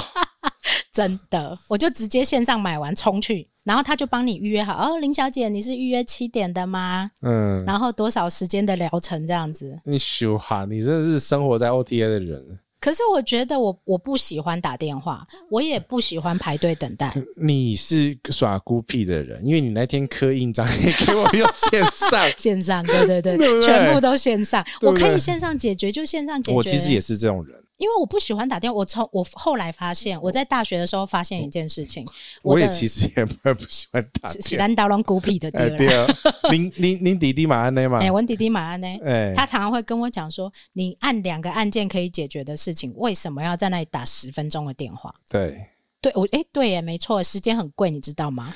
[SPEAKER 2] 真的，我就直接线上买完冲去，然后他就帮你预约好。哦，林小姐，你是预约七点的吗？
[SPEAKER 1] 嗯，
[SPEAKER 2] 然后多少时间的疗程这样子？
[SPEAKER 1] 你羞哈，你真的是生活在 OTA 的人，
[SPEAKER 2] 可是我觉得我我不喜欢打电话，我也不喜欢排队等待。。
[SPEAKER 1] 你是耍孤僻的人，因为你那天刻印章也给我用线上
[SPEAKER 2] 线上，对对对，
[SPEAKER 1] <laughs> 对不对
[SPEAKER 2] 全部都线上，
[SPEAKER 1] 对
[SPEAKER 2] 我
[SPEAKER 1] 不对
[SPEAKER 2] 可以线上解决就线上解决。
[SPEAKER 1] 我其实也是这种人，
[SPEAKER 2] 因为我不喜欢打电话，我从我后来发现，我在大学的时候发现一件事情，
[SPEAKER 1] 嗯我
[SPEAKER 2] 的
[SPEAKER 1] 也其实也蛮不喜欢打
[SPEAKER 2] 是
[SPEAKER 1] 电话。
[SPEAKER 2] 单刀龙孤僻的对
[SPEAKER 1] 哎，
[SPEAKER 2] 了
[SPEAKER 1] 对。啊，
[SPEAKER 2] <laughs>
[SPEAKER 1] 您您您弟弟嘛安内嘛
[SPEAKER 2] 哎、，文弟弟马安呢？
[SPEAKER 1] 哎，
[SPEAKER 2] 他常常会跟我讲说，你按两个按键可以解决的事情，为什么要在那里打十分钟的电话？
[SPEAKER 1] 对，
[SPEAKER 2] 对我，哎、对耶，没错，时间很贵，你知道吗？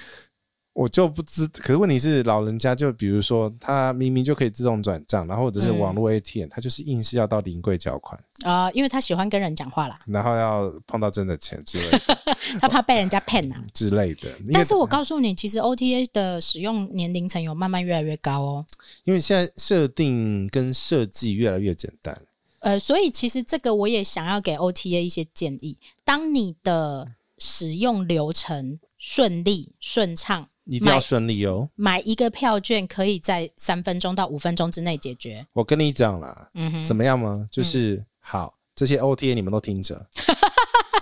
[SPEAKER 1] 我就不知，可是问题是，老人家就比如说，他明明就可以自动转账，然后或者是
[SPEAKER 2] 嗯
[SPEAKER 1] 网络 ATM，、他就是硬是要到临柜缴款，
[SPEAKER 2] 啊、因为他喜欢跟人讲话啦，
[SPEAKER 1] 然后要碰到真的钱之
[SPEAKER 2] <laughs>
[SPEAKER 1] 类的
[SPEAKER 2] 他怕被人家骗啊呐、
[SPEAKER 1] 之类的。因为
[SPEAKER 2] 但是我告诉你，其实 OTA 的使用年龄层有慢慢越来越高哦。
[SPEAKER 1] 因为现在设定跟设计越来越简单，
[SPEAKER 2] 呃，所以其实这个我也想要给 OTA 一些建议：当你的使用流程顺利顺畅，
[SPEAKER 1] 一定要
[SPEAKER 2] 买
[SPEAKER 1] 顺利哦。
[SPEAKER 2] 买一个票券可以在三分钟到五分钟之内解决。
[SPEAKER 1] 我跟你讲啦，
[SPEAKER 2] 嗯哼，
[SPEAKER 1] 怎么样吗？就是、好，这些 OTA 你们都听
[SPEAKER 2] <laughs>
[SPEAKER 1] 着，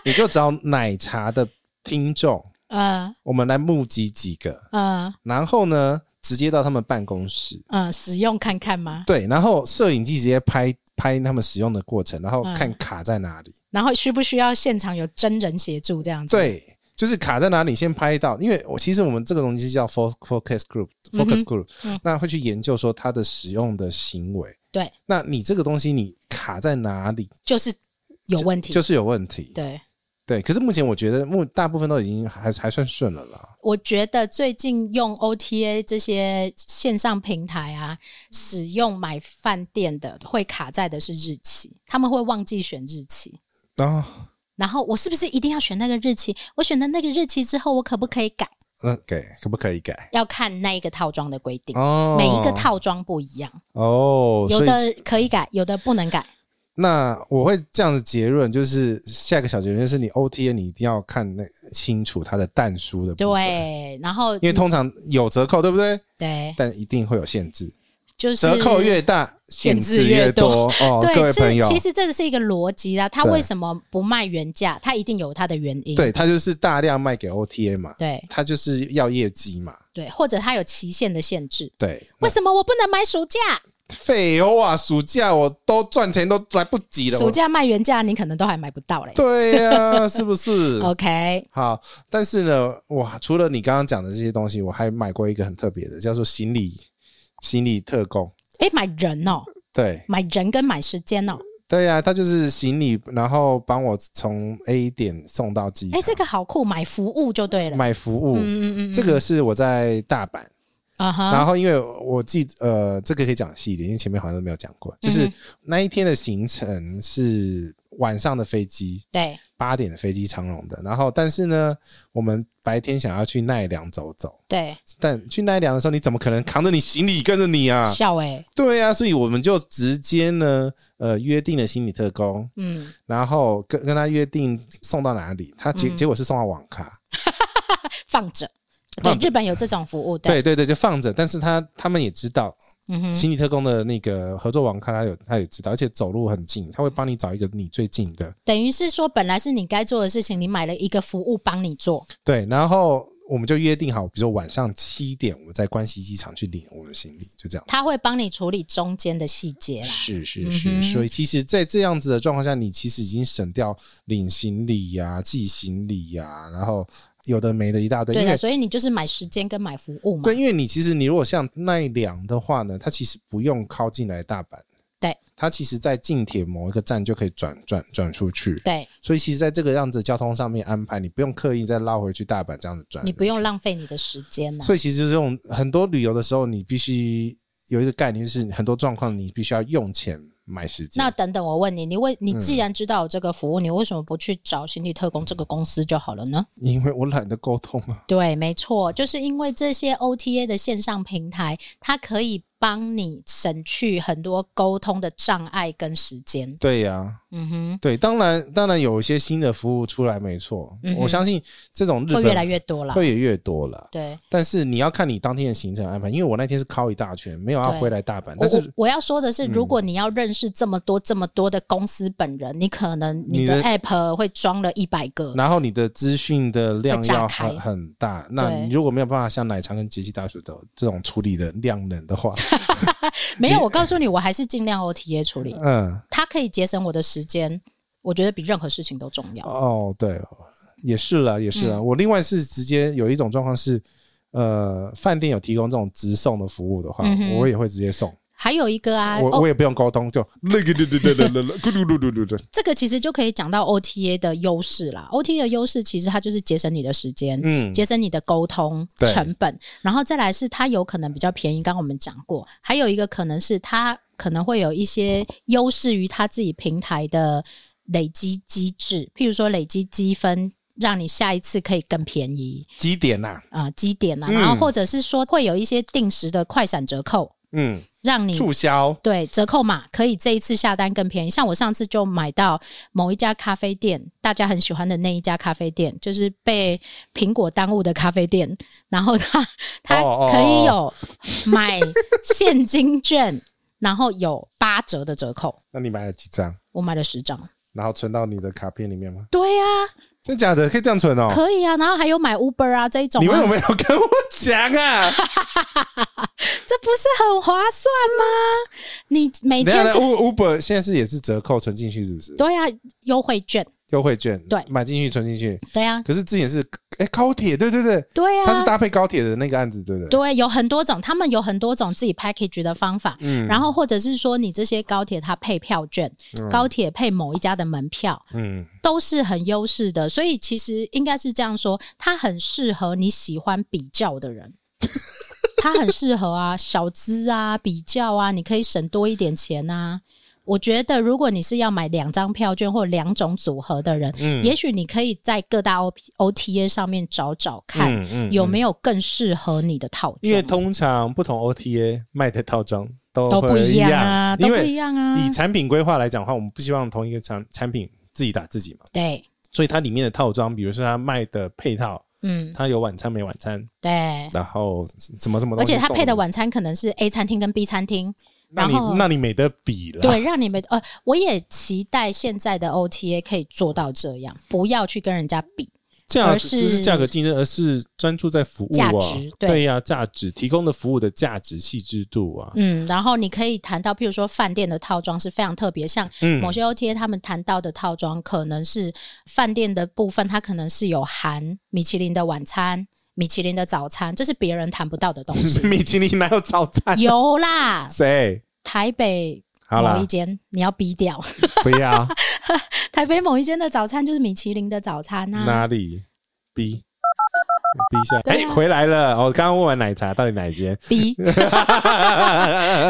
[SPEAKER 1] 你就找奶茶的听众，
[SPEAKER 2] 呃
[SPEAKER 1] 我们来募集几个，
[SPEAKER 2] 呃
[SPEAKER 1] 然后呢，直接到他们办公室。
[SPEAKER 2] 呃，使用看看吗？
[SPEAKER 1] 对，然后摄影机直接拍拍他们使用的过程，然后
[SPEAKER 2] 嗯
[SPEAKER 1] 看卡在哪里。
[SPEAKER 2] 然后需不需要现场有真人协助这样子？，
[SPEAKER 1] 对，就是卡在哪里先拍到，因为我其实我们这个东西叫 fo- focus group
[SPEAKER 2] 嗯哼
[SPEAKER 1] focus group，、
[SPEAKER 2] 嗯
[SPEAKER 1] 那会去研究说它的使用的行为。
[SPEAKER 2] 对，
[SPEAKER 1] 那你这个东西你卡在哪里
[SPEAKER 2] 就是有问题。
[SPEAKER 1] 就是有问题。
[SPEAKER 2] 对，
[SPEAKER 1] 对，可是目前我觉得目大部分都已经还还算顺了啦。
[SPEAKER 2] 我觉得最近用 OTA 这些线上平台啊，
[SPEAKER 1] 嗯
[SPEAKER 2] 使用买饭店的会卡在的是日期，他们会忘记选日期。
[SPEAKER 1] 然后
[SPEAKER 2] 然后我是不是一定要选那个日期？我选的那个日期之后，我可不可以改？
[SPEAKER 1] 那给可不可以改？
[SPEAKER 2] 要看那一个套装的规定，
[SPEAKER 1] 哦，
[SPEAKER 2] 每一个套装不一样，
[SPEAKER 1] 哦，
[SPEAKER 2] 有
[SPEAKER 1] 所以
[SPEAKER 2] 的可以改，有的不能
[SPEAKER 1] <laughs>
[SPEAKER 2] 改。
[SPEAKER 1] 那我会这样的结论，就是下一个小结论就是你 OTA 你一定要看那清楚它的淡书的部分，
[SPEAKER 2] 对，然后
[SPEAKER 1] 因为通常有折扣，对不对？
[SPEAKER 2] 对，
[SPEAKER 1] 但一定会有限制，
[SPEAKER 2] 就是
[SPEAKER 1] 折扣越大，限
[SPEAKER 2] 限
[SPEAKER 1] 制
[SPEAKER 2] 制
[SPEAKER 1] 越
[SPEAKER 2] 越
[SPEAKER 1] 多
[SPEAKER 2] 多
[SPEAKER 1] 哦， <laughs> 各
[SPEAKER 2] 对，
[SPEAKER 1] 位朋
[SPEAKER 2] 这
[SPEAKER 1] 友，
[SPEAKER 2] 其实这是一个逻辑啦。他
[SPEAKER 1] 对
[SPEAKER 2] 为什么不卖原价？他一定有他的原因。
[SPEAKER 1] 对它就是大量卖给 OTA 嘛，
[SPEAKER 2] 对
[SPEAKER 1] 它就是要业绩嘛，
[SPEAKER 2] 对，或者他有期限的限制。
[SPEAKER 1] 对，
[SPEAKER 2] 为什么我不能买暑假？
[SPEAKER 1] 废话，暑假我都赚钱都来不及了，
[SPEAKER 2] 暑
[SPEAKER 1] 我
[SPEAKER 2] 假卖原价，你可能都还买不到嘞。
[SPEAKER 1] 对呀、是不
[SPEAKER 2] <laughs>
[SPEAKER 1] 是？
[SPEAKER 2] OK，
[SPEAKER 1] 好，但是呢，我除了你刚刚讲的这些东西，我还买过一个很特别的，叫做行李行李特工。
[SPEAKER 2] 哎，买人哦，
[SPEAKER 1] 对
[SPEAKER 2] 买人跟买时间哦，
[SPEAKER 1] 对呀、他就是行李，然后帮我从 A 点送到机场。
[SPEAKER 2] 哎，这个好酷，买服务就对了。
[SPEAKER 1] 买服务，
[SPEAKER 2] 嗯嗯嗯嗯，
[SPEAKER 1] 这个是我在大阪。
[SPEAKER 2] 啊
[SPEAKER 1] 然
[SPEAKER 2] 哈，
[SPEAKER 1] 后因为我记呃，这个可以讲细一点，因为前面好像都没有讲过。就是
[SPEAKER 2] 嗯哼
[SPEAKER 1] 那一天的行程是晚上的飞机，
[SPEAKER 2] 对，
[SPEAKER 1] 八点的飞机长龙的。然后但是呢，我们白天想要去奈良走走。
[SPEAKER 2] 对，
[SPEAKER 1] 但去奈良的时候，你怎么可能扛着你行李跟着你啊？
[SPEAKER 2] 笑哎，
[SPEAKER 1] 对啊，所以我们就直接呢，呃，约定了行李特工，
[SPEAKER 2] 嗯，
[SPEAKER 1] 然后跟跟他约定送到哪里，他结、
[SPEAKER 2] 嗯
[SPEAKER 1] 结果是送到网咖，
[SPEAKER 2] 放着。对
[SPEAKER 1] 放，着
[SPEAKER 2] 日本有这种服务，对
[SPEAKER 1] 对对对，就放着。但是他他们也知道
[SPEAKER 2] 嗯哼，
[SPEAKER 1] 心理特工的那个合作网咖，他有他也知道，而且走路很近，他会帮你找一个你最近的。
[SPEAKER 2] 等于是说本来是你该做的事情，你买了一个服务帮你做，
[SPEAKER 1] 对，然后我们就约定好，比如说晚上七点，我们在关西机场去领我们的行李，就这样。
[SPEAKER 2] 他会帮你处理中间的细节啦。
[SPEAKER 1] 是
[SPEAKER 2] 嗯
[SPEAKER 1] 是是，
[SPEAKER 2] 哼
[SPEAKER 1] 所以其实，在这样子的状况下，你其实已经省掉领行李呀、寄行李呀、然后有的没的一大堆，
[SPEAKER 2] 对
[SPEAKER 1] 因
[SPEAKER 2] 的，
[SPEAKER 1] 为
[SPEAKER 2] 所以你就是买时间跟买服务嘛。
[SPEAKER 1] 对，因为你其实你如果像奈良的话呢，它其实不用靠近来大阪，
[SPEAKER 2] 对，
[SPEAKER 1] 它其实在近铁某一个站就可以转转转出去，
[SPEAKER 2] 对
[SPEAKER 1] 所以其实在这个样子的交通上面安排，你不用刻意再绕回去大阪这样子转，
[SPEAKER 2] 你不用。浪费你的时间了。
[SPEAKER 1] 所以其实啊就是用很多旅游的时候，你必须有一个概念，就是很多状况你必须要用钱买时间。
[SPEAKER 2] 那等等，我问你，你为你既然知道有这个服务，你为什么不去找心理特工这个公司就好了呢？
[SPEAKER 1] 因为我懒得沟通啊，
[SPEAKER 2] 对，没错，就是因为这些 OTA 的线上平台，它可以帮你省去很多沟通的障碍跟时间。
[SPEAKER 1] <laughs> 对呀、
[SPEAKER 2] 嗯哼，
[SPEAKER 1] 对，当然当然有一些新的服务出来，没错，
[SPEAKER 2] 嗯哼
[SPEAKER 1] 我相信这种日
[SPEAKER 2] 会
[SPEAKER 1] 本
[SPEAKER 2] 越来越多啦。
[SPEAKER 1] 会也越多了。
[SPEAKER 2] 对，
[SPEAKER 1] 但是你要看你当天的行程安排，因为我那天是靠一大圈，没有要
[SPEAKER 2] 对
[SPEAKER 1] 回来大阪，
[SPEAKER 2] 我
[SPEAKER 1] 但
[SPEAKER 2] 我
[SPEAKER 1] 是
[SPEAKER 2] 我要说的是，如果你要认识这么多这么多的公司本人，你可能你
[SPEAKER 1] 你
[SPEAKER 2] 的
[SPEAKER 1] 的
[SPEAKER 2] app 会装了一百个。
[SPEAKER 1] 然后你的资讯的量
[SPEAKER 2] 会炸
[SPEAKER 1] 要
[SPEAKER 2] 开
[SPEAKER 1] 很很大，那
[SPEAKER 2] 对
[SPEAKER 1] 你如果没有办法像奶茶跟杰西大叔的这种处理的量能
[SPEAKER 2] <laughs>
[SPEAKER 1] 的话，
[SPEAKER 2] 没有，我告诉你，呃我还是尽量 OTA 处理，
[SPEAKER 1] 嗯，
[SPEAKER 2] 它可以节省我的时间，我觉得比任何事情都重要。
[SPEAKER 1] 哦，对，也是了，也是了。
[SPEAKER 2] 嗯
[SPEAKER 1] 我另外是直接有一种状况是，呃，饭店有提供这种直送的服务的话，
[SPEAKER 2] 嗯哼
[SPEAKER 1] 我也会直接送，
[SPEAKER 2] 还有一个啊，
[SPEAKER 1] 我
[SPEAKER 2] 哦
[SPEAKER 1] 我，也不用沟通，就
[SPEAKER 2] <laughs> 这个其实就可以讲到 OTA 的优势啦。OTA 的优势其实它就是节省你的时间，
[SPEAKER 1] 嗯，
[SPEAKER 2] 节省你的沟通
[SPEAKER 1] 对
[SPEAKER 2] 成本，然后再来是它有可能比较便宜，刚刚我们讲过，还有一个可能是它可能会有一些优势于它自己平台的累积机制，譬如说累积积分，让你下一次可以更便宜
[SPEAKER 1] 几点呐？
[SPEAKER 2] 啊、积点啊，
[SPEAKER 1] 嗯
[SPEAKER 2] 然后或者是说会有一些定时的快闪折扣，
[SPEAKER 1] 嗯，
[SPEAKER 2] 让你
[SPEAKER 1] 促销，
[SPEAKER 2] 对，折扣码可以这一次下单更便宜。像我上次就买到某一家咖啡店，大家很喜欢的那一家咖啡店，就是被苹果耽误的咖啡店。然
[SPEAKER 1] <laughs>
[SPEAKER 2] 后它它
[SPEAKER 1] 哦哦
[SPEAKER 2] 可以有买现金券，然后有八折的折扣。
[SPEAKER 1] 那你买了几张？
[SPEAKER 2] 我买了十张，
[SPEAKER 1] 然后存到你的卡片里面吗？
[SPEAKER 2] 对呀、
[SPEAKER 1] 真假的可以这样存哦？
[SPEAKER 2] 可以啊。然后还有买 Uber 啊这一种、
[SPEAKER 1] 你为什
[SPEAKER 2] 啊，
[SPEAKER 1] 么要跟我讲啊？
[SPEAKER 2] 这不是很划算吗？你 <laughs> 每
[SPEAKER 1] 等一下
[SPEAKER 2] 天
[SPEAKER 1] 呢，U Uber 现在是也是折扣存进去是不是？
[SPEAKER 2] 对啊，优惠券，
[SPEAKER 1] 优惠券
[SPEAKER 2] 对
[SPEAKER 1] 买进去存进去，
[SPEAKER 2] 对啊，
[SPEAKER 1] 可是之前是哎高铁对对对，
[SPEAKER 2] 对啊，
[SPEAKER 1] 它是搭配高铁的那个案子对不对？
[SPEAKER 2] 对，有很多种，他们有很多种自己 package 的方法。
[SPEAKER 1] 嗯
[SPEAKER 2] 然后或者是说，你这些高铁它配票券，高铁配某一家的门票，
[SPEAKER 1] 嗯，
[SPEAKER 2] 都是很优势的。所以其实应该是这样说，它很适合你喜欢比较
[SPEAKER 1] <laughs>
[SPEAKER 2] 的人，它很适合啊，小资啊，比较啊，你可以省多一点钱啊。我觉得，如果你是要买两张票券或两种组合的人，
[SPEAKER 1] 嗯
[SPEAKER 2] 也许你可以在各大 O P O T A 上面找找看，
[SPEAKER 1] 嗯嗯
[SPEAKER 2] 哎有
[SPEAKER 1] 有？
[SPEAKER 2] 没有更适合你的套装？
[SPEAKER 1] 因为通常不同 OTA 卖的套装都
[SPEAKER 2] 都不
[SPEAKER 1] 会
[SPEAKER 2] 一
[SPEAKER 1] 一
[SPEAKER 2] 样啊，都
[SPEAKER 1] 因
[SPEAKER 2] 不一
[SPEAKER 1] 为
[SPEAKER 2] 样啊。
[SPEAKER 1] 以产品规划来讲的话，我们不希望同一个产产品自己打自己嘛，
[SPEAKER 2] 对，
[SPEAKER 1] 所以它里面的套装，比如说它卖的配套，
[SPEAKER 2] 嗯，
[SPEAKER 1] 它有晚餐没晚餐，
[SPEAKER 2] 对，
[SPEAKER 1] 然后什么什么
[SPEAKER 2] 而
[SPEAKER 1] 东西
[SPEAKER 2] 且
[SPEAKER 1] 送你，
[SPEAKER 2] 它配的晚餐可能是 A 餐厅跟 B 餐厅，
[SPEAKER 1] 那
[SPEAKER 2] 然后
[SPEAKER 1] 你那你没得比了，
[SPEAKER 2] 对，让你们呃，我也期待现在的 OTA 可以做到这样，不要去跟人家比。
[SPEAKER 1] 价
[SPEAKER 2] 而
[SPEAKER 1] 值
[SPEAKER 2] 是
[SPEAKER 1] 不是价格竞争，而是专注在服务
[SPEAKER 2] 价
[SPEAKER 1] 啊
[SPEAKER 2] 值，对
[SPEAKER 1] 对呀、价值提供的服务的价值细致度啊，
[SPEAKER 2] 嗯，然后你可以谈到，譬如说饭店的套装是非常特别，像
[SPEAKER 1] 嗯
[SPEAKER 2] 某些 OTA 他们谈到的套装，可能是饭店的部分，它可能是有含米其林的晚餐、米其林的早餐，这是别人谈不到的东
[SPEAKER 1] <laughs>
[SPEAKER 2] 西。
[SPEAKER 1] 米其林哪有早餐？
[SPEAKER 2] 有啦，
[SPEAKER 1] 谁？
[SPEAKER 2] 台北
[SPEAKER 1] 好
[SPEAKER 2] 某
[SPEAKER 1] 啦
[SPEAKER 2] 一，间你要逼掉。 <laughs>
[SPEAKER 1] 不要
[SPEAKER 2] 台北某一间的早餐就是米其林的早餐呐、
[SPEAKER 1] 哪里逼逼一下，
[SPEAKER 2] 对
[SPEAKER 1] 哎、
[SPEAKER 2] 啊
[SPEAKER 1] 回来了。我刚刚问完奶茶到底哪一间？ <laughs>
[SPEAKER 2] B，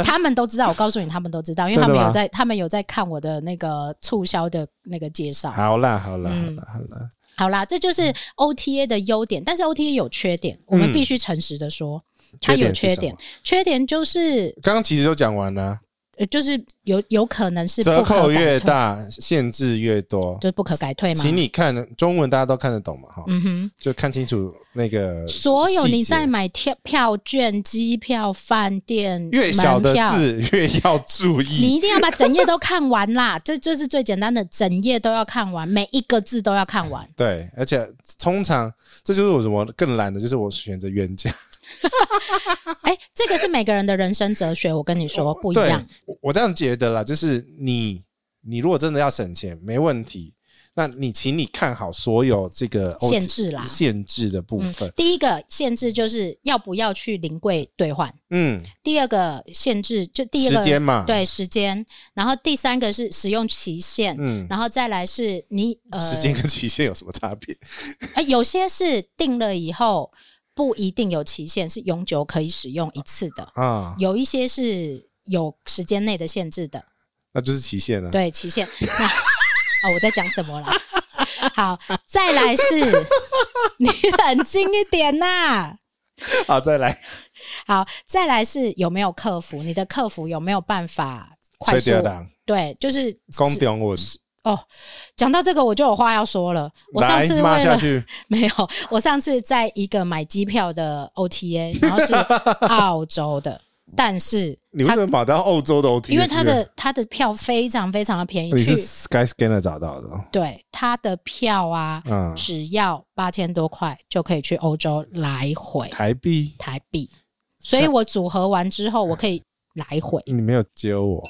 [SPEAKER 2] 他们都知道，我告诉你，他们都知道，因为他
[SPEAKER 1] 真的
[SPEAKER 2] 们有
[SPEAKER 1] 吗
[SPEAKER 2] 在，他们有在看我的那个促销的那个介绍。
[SPEAKER 1] 好啦，好啦，好
[SPEAKER 2] 嗯
[SPEAKER 1] 啦，好啦。
[SPEAKER 2] 好啦，这就是 OTA 的优点，但是 OTA 有缺点，我们
[SPEAKER 1] 嗯
[SPEAKER 2] 必须诚实的说，它有
[SPEAKER 1] 缺
[SPEAKER 2] 缺
[SPEAKER 1] 点
[SPEAKER 2] 点
[SPEAKER 1] 是什么。
[SPEAKER 2] 缺点就是
[SPEAKER 1] 刚刚其实都讲完了，
[SPEAKER 2] 呃就是有有可能是
[SPEAKER 1] 折
[SPEAKER 2] 不可
[SPEAKER 1] 扣
[SPEAKER 2] 改
[SPEAKER 1] 越
[SPEAKER 2] 退，
[SPEAKER 1] 大，限制越多。
[SPEAKER 2] 就是不可改退嘛。
[SPEAKER 1] 请你看中文，大家都看得懂嘛？哈，
[SPEAKER 2] 嗯哼，
[SPEAKER 1] 就看清楚那个
[SPEAKER 2] 所有
[SPEAKER 1] 细节
[SPEAKER 2] 你在买票、票券、机票、饭店、
[SPEAKER 1] 越小的
[SPEAKER 2] 门票
[SPEAKER 1] 字越要注
[SPEAKER 2] 你
[SPEAKER 1] 意。
[SPEAKER 2] 一定要把整页都看完啦， <laughs> 这就是最简单的，整页都要看完，每一个字都要看
[SPEAKER 1] <laughs>
[SPEAKER 2] 完。
[SPEAKER 1] 对，而且通常这就是我什么更懒的，就是我选择原价。
[SPEAKER 2] 哎、这个是每个人的人生哲学，我跟你说不一
[SPEAKER 1] 对
[SPEAKER 2] 样。，
[SPEAKER 1] 我我这样觉得啦，就是你你如果真的要省钱，没问题。那你请你看好所有这个欧
[SPEAKER 2] 限制啦
[SPEAKER 1] 限制的部
[SPEAKER 2] 嗯
[SPEAKER 1] 分。，
[SPEAKER 2] 第一个限制就是要不要去临柜兑换，
[SPEAKER 1] 嗯，
[SPEAKER 2] 第二个限制就第一
[SPEAKER 1] 时
[SPEAKER 2] 个
[SPEAKER 1] 间嘛，，
[SPEAKER 2] 对时间，然后第三个是使用期限，
[SPEAKER 1] 嗯，
[SPEAKER 2] 然后再来是你呃，
[SPEAKER 1] 时间跟期限有什么差别？
[SPEAKER 2] 哎有些是定了以后不一定有期限，是永久可以使用一次的，
[SPEAKER 1] 啊，
[SPEAKER 2] 有一些是有时间内的限制的。
[SPEAKER 1] 那就是期限啊了。
[SPEAKER 2] 对，期限。那哦，我在讲什么啦？好，再来是，你冷静一点呐、
[SPEAKER 1] 好，再来，
[SPEAKER 2] 好，再来是有没有客服？你的客服有没有办法快
[SPEAKER 1] 吹
[SPEAKER 2] 速
[SPEAKER 1] 掉？的啊
[SPEAKER 2] 对，就是
[SPEAKER 1] 公中文，
[SPEAKER 2] 哦。讲到这个，我就有话要说了。我上
[SPEAKER 1] 来
[SPEAKER 2] 次
[SPEAKER 1] 哎骂
[SPEAKER 2] 为
[SPEAKER 1] 下
[SPEAKER 2] 了
[SPEAKER 1] 去，
[SPEAKER 2] <laughs> 没有，我上次在一个买机票的 OTA，然后是澳
[SPEAKER 1] <laughs>
[SPEAKER 2] 洲的，但是
[SPEAKER 1] 你为
[SPEAKER 2] 他
[SPEAKER 1] 什么跑到欧洲的 OT？
[SPEAKER 2] 因为他的他的票非常非常的便宜，
[SPEAKER 1] 哦你是
[SPEAKER 2] 去
[SPEAKER 1] Skyscanner 找到的哦，
[SPEAKER 2] 对他的票啊，
[SPEAKER 1] 嗯，
[SPEAKER 2] 只要八千多块就可以去欧洲来回
[SPEAKER 1] 台币，
[SPEAKER 2] 台币，所以我组合完之后，我可以来回。
[SPEAKER 1] 你没有揪我，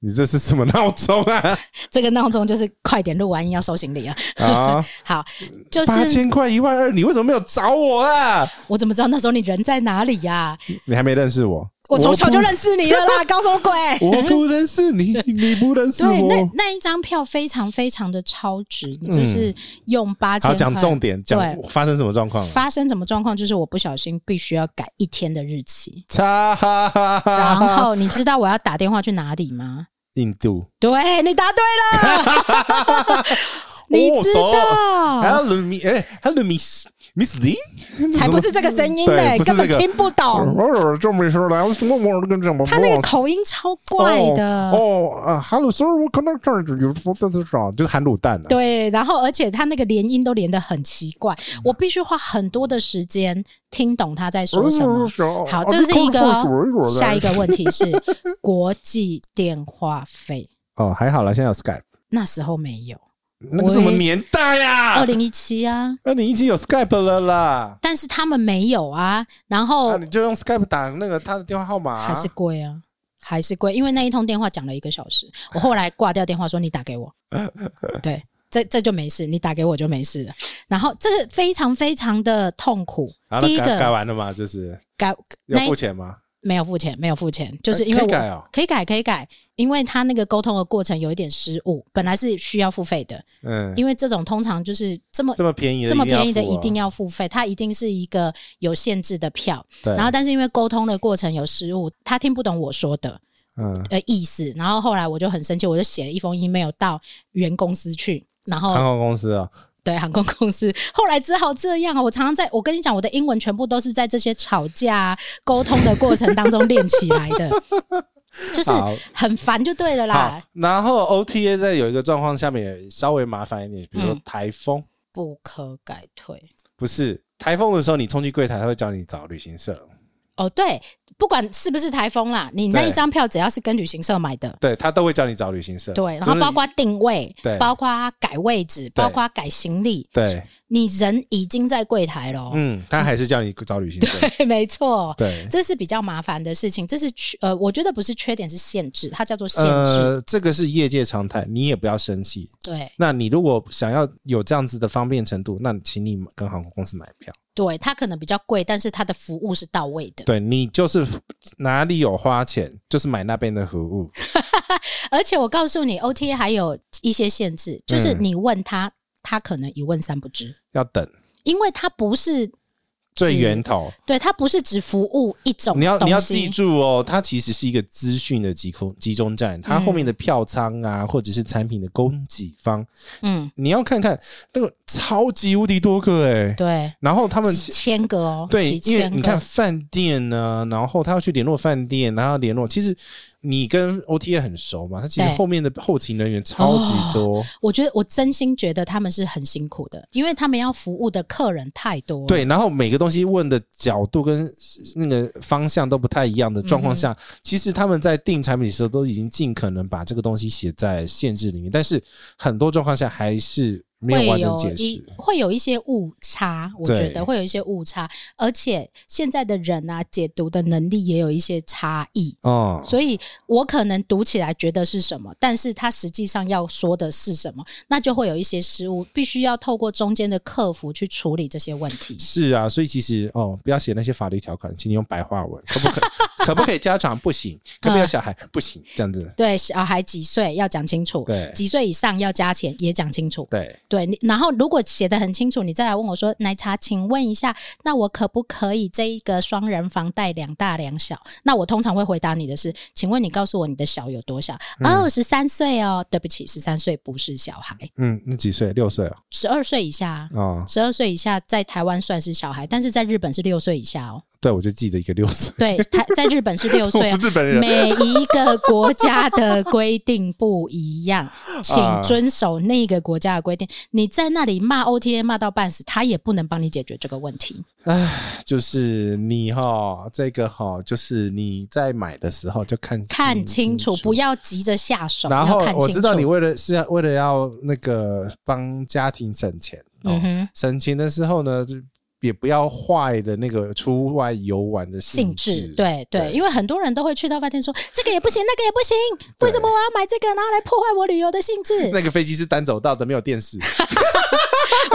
[SPEAKER 1] <laughs> 你这是什么闹钟啊？
[SPEAKER 2] 这个闹钟就是快点录完音要收行 <laughs> 李啊！
[SPEAKER 1] 啊，
[SPEAKER 2] 好，就
[SPEAKER 1] 八
[SPEAKER 2] 是
[SPEAKER 1] 千块一万二，你为什么没有找我啦？
[SPEAKER 2] 我怎么知道那时候你人在哪里呀、
[SPEAKER 1] 你还没认识我，
[SPEAKER 2] 我从小就认
[SPEAKER 1] 识，
[SPEAKER 2] 识你
[SPEAKER 1] <laughs>
[SPEAKER 2] 了啦，搞什么鬼？
[SPEAKER 1] 我不认识
[SPEAKER 2] <laughs>
[SPEAKER 1] 你，你不认识
[SPEAKER 2] 对，那
[SPEAKER 1] 我。
[SPEAKER 2] 那一张票非常非常的超值，你就是用八千
[SPEAKER 1] 好，嗯
[SPEAKER 2] 块。
[SPEAKER 1] 讲重点，讲
[SPEAKER 2] 对
[SPEAKER 1] 发生什么状况了？
[SPEAKER 2] 发生什么状况？就是我不小心必须要改一天的
[SPEAKER 1] <laughs>
[SPEAKER 2] 日期，
[SPEAKER 1] 擦哈哈啊哈！
[SPEAKER 2] 然后你知道我要打电话去哪里吗？
[SPEAKER 1] 印度，
[SPEAKER 2] 对你答对了，
[SPEAKER 1] <laughs>
[SPEAKER 2] 你知道，
[SPEAKER 1] Hello Miss，哎，Hello Miss Miss D，
[SPEAKER 2] 啊才不是这个声音呢
[SPEAKER 1] 对，哎不是
[SPEAKER 2] 根本
[SPEAKER 1] 这个哦
[SPEAKER 2] 听不懂，
[SPEAKER 1] 我这么说来，我我我跟怎么
[SPEAKER 2] 他那个口音超怪的。
[SPEAKER 1] 哦啊，Hello Sir，我可能这儿有这这少，就是含卤蛋了。
[SPEAKER 2] 对，然后而且他那个连音都连得很奇怪，我必须花很多的时间听懂他在说什么。
[SPEAKER 1] 么
[SPEAKER 2] 好，这是一个哦。下一个
[SPEAKER 1] <laughs>
[SPEAKER 2] 问题是国际电话费，
[SPEAKER 1] 哦，还好了，现在有 Skype。
[SPEAKER 2] 那时候没有，
[SPEAKER 1] 那个什么年代呀？
[SPEAKER 2] 二零一七啊，
[SPEAKER 1] 二零一七有 Skype 了啦，
[SPEAKER 2] 但是他们没有啊，然
[SPEAKER 1] 那
[SPEAKER 2] 后
[SPEAKER 1] 你就用 Skype 打那个他的电话号码。
[SPEAKER 2] 还是贵啊，还是贵，因为那一通电话讲了一个小时，我后来挂掉电话说你打
[SPEAKER 1] <laughs>
[SPEAKER 2] 给我，对，这这就没事，你打给我就没事了。然后这个非常非常的痛苦
[SPEAKER 1] 好，了
[SPEAKER 2] 第一
[SPEAKER 1] 改改
[SPEAKER 2] 个
[SPEAKER 1] 完了嘛，就是
[SPEAKER 2] 改
[SPEAKER 1] 要
[SPEAKER 2] 那一
[SPEAKER 1] 付钱吗？
[SPEAKER 2] 没有付钱，没有付钱，就是因为
[SPEAKER 1] 可以
[SPEAKER 2] 我
[SPEAKER 1] 改哦
[SPEAKER 2] 可以改可以改，因为他那个沟通的过程有一点失误，本来是需要付费的，
[SPEAKER 1] 嗯，
[SPEAKER 2] 因为这种通常就是这么
[SPEAKER 1] 这。么便宜的，
[SPEAKER 2] 这么便宜的一定
[SPEAKER 1] 要啊
[SPEAKER 2] 要付费，它一定是一个有限制的票。
[SPEAKER 1] 付啊。
[SPEAKER 2] 然后，
[SPEAKER 1] 对，
[SPEAKER 2] 但是因为沟通的过程有失误，他听不懂我说的，
[SPEAKER 1] 嗯，
[SPEAKER 2] 呃意思。然后后来我就很生气，我就写了一封 email 到原公司去，然后、
[SPEAKER 1] 航空公司啊，
[SPEAKER 2] 对航空公司，后来只好这样啊。我常常在我跟你讲，我的英文全部都是在这些吵架啊、沟通的过程当中练起来的，就是
[SPEAKER 1] 好
[SPEAKER 2] 很烦就对了
[SPEAKER 1] 好
[SPEAKER 2] 啦。，
[SPEAKER 1] 然后 OTA 在有一个状况下面也稍微麻烦一点，比如说
[SPEAKER 2] 嗯
[SPEAKER 1] 台风，
[SPEAKER 2] 不可改退
[SPEAKER 1] 不是台风的时候，你冲去柜台，他会叫你找旅行社，
[SPEAKER 2] 哦，对，不管是不是台风啦，你那
[SPEAKER 1] 对
[SPEAKER 2] 一张票只要是跟旅行社买的。
[SPEAKER 1] 对他都会叫你找旅行社，
[SPEAKER 2] 对，然后
[SPEAKER 1] 就是
[SPEAKER 2] 包括定位
[SPEAKER 1] 对，
[SPEAKER 2] 包括改位置，包括改行李，
[SPEAKER 1] 对，
[SPEAKER 2] 你人已经在柜台了哦。
[SPEAKER 1] 嗯，他还是叫你找旅行社，
[SPEAKER 2] 对， <laughs> 没错。
[SPEAKER 1] 对，
[SPEAKER 2] 这是比较麻烦的事情，这是缺呃，我觉得不是缺点，是限制，它叫做限制。
[SPEAKER 1] 呃，这个是业界常态，你也不要生气。
[SPEAKER 2] 对
[SPEAKER 1] 那你如果想要有这样子的方便程度，那请你跟航空公司买票。
[SPEAKER 2] 对，它可能比较贵，但是它的服务是到位的。
[SPEAKER 1] 对你就是哪里有花钱，就是买那边的服务。
[SPEAKER 2] 而且我告诉你，OTA 还有一些限制，
[SPEAKER 1] 嗯
[SPEAKER 2] 就是你问他，他可能一问三不知，
[SPEAKER 1] 要等
[SPEAKER 2] 因为它不是
[SPEAKER 1] 最
[SPEAKER 2] 只
[SPEAKER 1] 源头，
[SPEAKER 2] 对它不是只服务一种
[SPEAKER 1] 你要
[SPEAKER 2] 东
[SPEAKER 1] 你要
[SPEAKER 2] 西
[SPEAKER 1] 记住哦，它其实是一个资讯的集空集中站，
[SPEAKER 2] 嗯
[SPEAKER 1] 它后面的票仓啊，或者是产品的供给方，
[SPEAKER 2] 嗯，
[SPEAKER 1] 你要看看那个超级无敌多个哎、
[SPEAKER 2] 对，
[SPEAKER 1] 然后他们
[SPEAKER 2] 几千个哦，
[SPEAKER 1] 嗯对
[SPEAKER 2] 几，
[SPEAKER 1] 因为
[SPEAKER 2] 千
[SPEAKER 1] 你看
[SPEAKER 2] 个，
[SPEAKER 1] 饭店呢，然后他要去联络饭店，然后联络，其实你跟 OTA 很熟嘛，他其实
[SPEAKER 2] 对
[SPEAKER 1] 后面的后勤人员超级多，
[SPEAKER 2] 我觉得我真心觉得他们是很辛苦的，因为他们要服务的客人太多了。
[SPEAKER 1] 对，然后每个东西问的角度跟那个方向都不太一样的状
[SPEAKER 2] 嗯
[SPEAKER 1] 况下，其实他们在定产品的时候都已经尽可能把这个东西写在限制里面，但是很多状况下还是没
[SPEAKER 2] 会
[SPEAKER 1] 有
[SPEAKER 2] 有
[SPEAKER 1] 完整解释
[SPEAKER 2] 一。会有一些误差，我
[SPEAKER 1] 对
[SPEAKER 2] 觉得会有一些误差，而且现在的人啊，解读的能力也有一些差异。
[SPEAKER 1] 哦，
[SPEAKER 2] 所以我可能读起来觉得是什么，但是他实际上要说的是什么，那就会有一些失误，必须要透过中间的客服去处理这些问题。
[SPEAKER 1] 是啊，所以其实哦，不要写那些法律条款，请你用白话文，可不
[SPEAKER 2] <laughs>
[SPEAKER 1] 可可不可以家长不行，可不
[SPEAKER 2] 嗯
[SPEAKER 1] 可以有小孩不行，这样子。
[SPEAKER 2] 对，小孩几岁要讲清楚，
[SPEAKER 1] 对
[SPEAKER 2] 几岁以上要加钱也讲清楚。
[SPEAKER 1] 对，
[SPEAKER 2] 对，你然后如果写的很清楚，你再来问我说奶茶，请问一下，那我可不可以这一个双人房带两大两小？那我通常会回答你的是，请问你告诉我你的小有多小？
[SPEAKER 1] 嗯
[SPEAKER 2] 哦，十三岁哦，对不起，十三岁不是小孩，
[SPEAKER 1] 嗯，那几岁？六岁哦，
[SPEAKER 2] 十二岁以下啊。
[SPEAKER 1] 哦，
[SPEAKER 2] 十二岁以下在台湾算是小孩，但是在日本是六岁以下哦。
[SPEAKER 1] 对，我就记得一个六岁，
[SPEAKER 2] 对，台在日本是
[SPEAKER 1] <laughs>
[SPEAKER 2] 六
[SPEAKER 1] 我
[SPEAKER 2] 岁
[SPEAKER 1] 是
[SPEAKER 2] 哦。
[SPEAKER 1] 日本人，啊
[SPEAKER 2] 每一个国家的规定不一
[SPEAKER 1] <laughs>
[SPEAKER 2] 样，请遵守那个国家的规定。你在那里骂 OTA 骂到半死，他也不能帮你解决这个问题。
[SPEAKER 1] 就是你哈、这个哈、就是你在买的时候就看
[SPEAKER 2] 看清楚，不
[SPEAKER 1] 要。
[SPEAKER 2] 要急着下手。
[SPEAKER 1] 然
[SPEAKER 2] 要
[SPEAKER 1] 后
[SPEAKER 2] 看清楚
[SPEAKER 1] 我知道你为了是要为了要那个帮家庭省钱，哦、
[SPEAKER 2] 嗯哼，
[SPEAKER 1] 省钱的时候呢，就也不要坏了那个出外游玩的
[SPEAKER 2] 性
[SPEAKER 1] 质
[SPEAKER 2] 质，对对，因为很多人都会去到饭店说这个也不
[SPEAKER 1] <laughs>
[SPEAKER 2] 行，那个也不行，为什么我要买这个，然后来破坏我旅游的性质？
[SPEAKER 1] 那个飞机是单走道的，没有电视。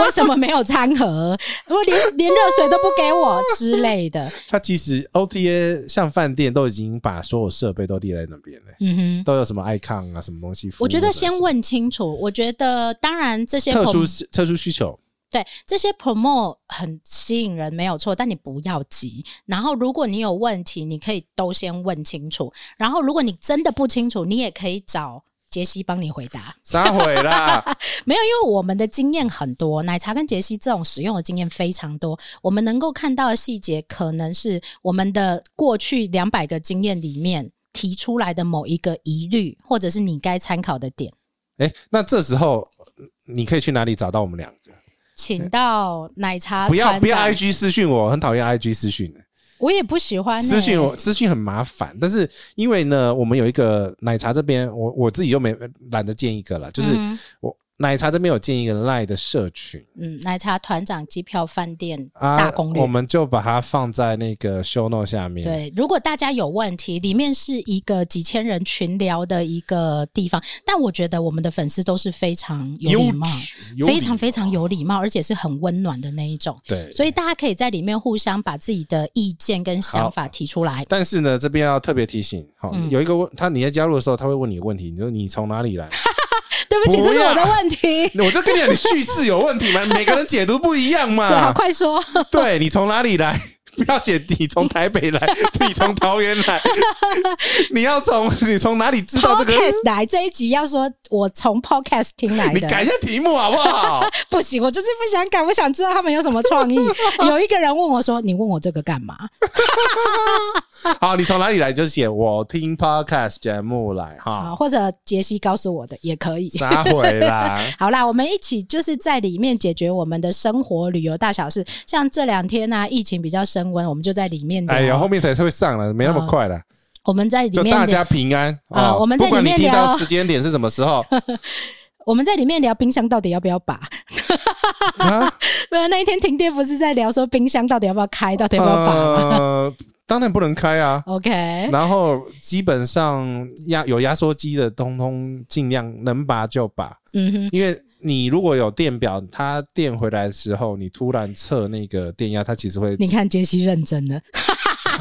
[SPEAKER 2] 为什么没有餐盒？我连
[SPEAKER 1] <laughs>
[SPEAKER 2] 连热水都不给我之类的。
[SPEAKER 1] 它其实 OTA 像饭店都已经把所有设备都列在那边了，
[SPEAKER 2] 嗯哼。
[SPEAKER 1] 都有什么 icon 啊，什么东西。
[SPEAKER 2] 我
[SPEAKER 1] 服
[SPEAKER 2] 觉
[SPEAKER 1] 务
[SPEAKER 2] 得
[SPEAKER 1] 的 <laughs>
[SPEAKER 2] 先问清楚。我觉得当然这些
[SPEAKER 1] 特
[SPEAKER 2] prom-
[SPEAKER 1] 殊特殊需求，
[SPEAKER 2] 对这些 promo 很吸引人，没有错，但你不要急。然后如果你有问题，你可以都先问清楚。然后如果你真的不清楚，你也可以找。杰西帮你回答，
[SPEAKER 1] 撒毁啦！
[SPEAKER 2] 没有，因为我们的经验很多，奶茶跟杰西这种使用的经验非常多，我们能够看到的细节，可能是我们的过去两百个经验里面提出来的某一个疑虑，或者是你该参考的点。
[SPEAKER 1] 哎、那这时候你可以去哪里找到我们两个？
[SPEAKER 2] 请到奶茶
[SPEAKER 1] 不要
[SPEAKER 2] 啊团
[SPEAKER 1] 不要
[SPEAKER 2] 长
[SPEAKER 1] IG 私讯我，很讨厌 IG 私讯的。
[SPEAKER 2] 我也不喜欢、欸、
[SPEAKER 1] 私讯我私讯很麻烦，但是因为呢，我们有一个奶茶这边，我我自己又没懒得建一个了，就是
[SPEAKER 2] 嗯
[SPEAKER 1] 我、奶茶这边有建一个 Line 的社群
[SPEAKER 2] 嗯，奶茶团长机票饭店
[SPEAKER 1] 啊，
[SPEAKER 2] 大攻略。
[SPEAKER 1] 我们就把它放在那个 show note 下面。，
[SPEAKER 2] 对，如果大家有问题，里面是一个几千人群聊的一个地方，但我觉得我们的粉丝都是非常有礼貌，
[SPEAKER 1] 质
[SPEAKER 2] 非常非常有礼貌，而且是很温暖的那一种，
[SPEAKER 1] 对。
[SPEAKER 2] 所以大家可以在里面互相把自己的意见跟想法提出来。
[SPEAKER 1] 但是呢，这边要特别提醒，好、
[SPEAKER 2] 嗯
[SPEAKER 1] 有一个问他你在加入的时候，他会问你个问题，你说你从哪里来？
[SPEAKER 2] 对不起，
[SPEAKER 1] 不
[SPEAKER 2] 这是我的
[SPEAKER 1] 要
[SPEAKER 2] 问题。
[SPEAKER 1] 我就跟你讲，你叙事有问
[SPEAKER 2] <laughs>
[SPEAKER 1] 题嘛，每个人解读不一样嘛。
[SPEAKER 2] 对啊，快说！
[SPEAKER 1] 对你从哪里来？ <laughs> 不要写你从台北
[SPEAKER 2] <laughs>
[SPEAKER 1] 来，你从桃园来，你要从你从哪里知道这个？
[SPEAKER 2] Podcast 来这一集要说，我从 Podcast 听来
[SPEAKER 1] 你
[SPEAKER 2] 的。
[SPEAKER 1] 改一下题目好不
[SPEAKER 2] <laughs>
[SPEAKER 1] 好？
[SPEAKER 2] 不行，我就是不想改，我想知道他们有什么
[SPEAKER 1] <laughs>
[SPEAKER 2] 创意。有一个人问我说：“你问我这个干嘛
[SPEAKER 1] 好，你从哪里来就写我听 podcast 节目来？”
[SPEAKER 2] 啊，
[SPEAKER 1] 哈，
[SPEAKER 2] 或者杰西告诉我的也可以。
[SPEAKER 1] 撒回啦。
[SPEAKER 2] <laughs> 好啦，我们一起就是在里面解决我们的生活、旅游大小事。像这两天呢、疫情比较升温，我们就在里面聊。
[SPEAKER 1] 哎呀，后面才会上了，没那么快了。
[SPEAKER 2] 我们在啊里
[SPEAKER 1] 就
[SPEAKER 2] 面
[SPEAKER 1] 大
[SPEAKER 2] 聊，
[SPEAKER 1] 家平安
[SPEAKER 2] 啊
[SPEAKER 1] 哦
[SPEAKER 2] 我们在
[SPEAKER 1] 不管
[SPEAKER 2] 里
[SPEAKER 1] 你
[SPEAKER 2] 面
[SPEAKER 1] 听到
[SPEAKER 2] 聊啊
[SPEAKER 1] 时间点是什么时
[SPEAKER 2] <laughs>
[SPEAKER 1] 候
[SPEAKER 2] 我们在里面聊冰箱到底要不要拔。
[SPEAKER 1] 啊？
[SPEAKER 2] 没有，那一天停电不是在聊说冰箱到底要不要开，到底要不要拔吗、
[SPEAKER 1] 呃，当然不能开啊。
[SPEAKER 2] o k
[SPEAKER 1] 然后基本上压有压缩机的，通通尽量能拔就拔。
[SPEAKER 2] 嗯哼。
[SPEAKER 1] 因为你如果有电表，它电回来的时候，你突然测那个电压，它其实会，
[SPEAKER 2] 你看杰西认真了，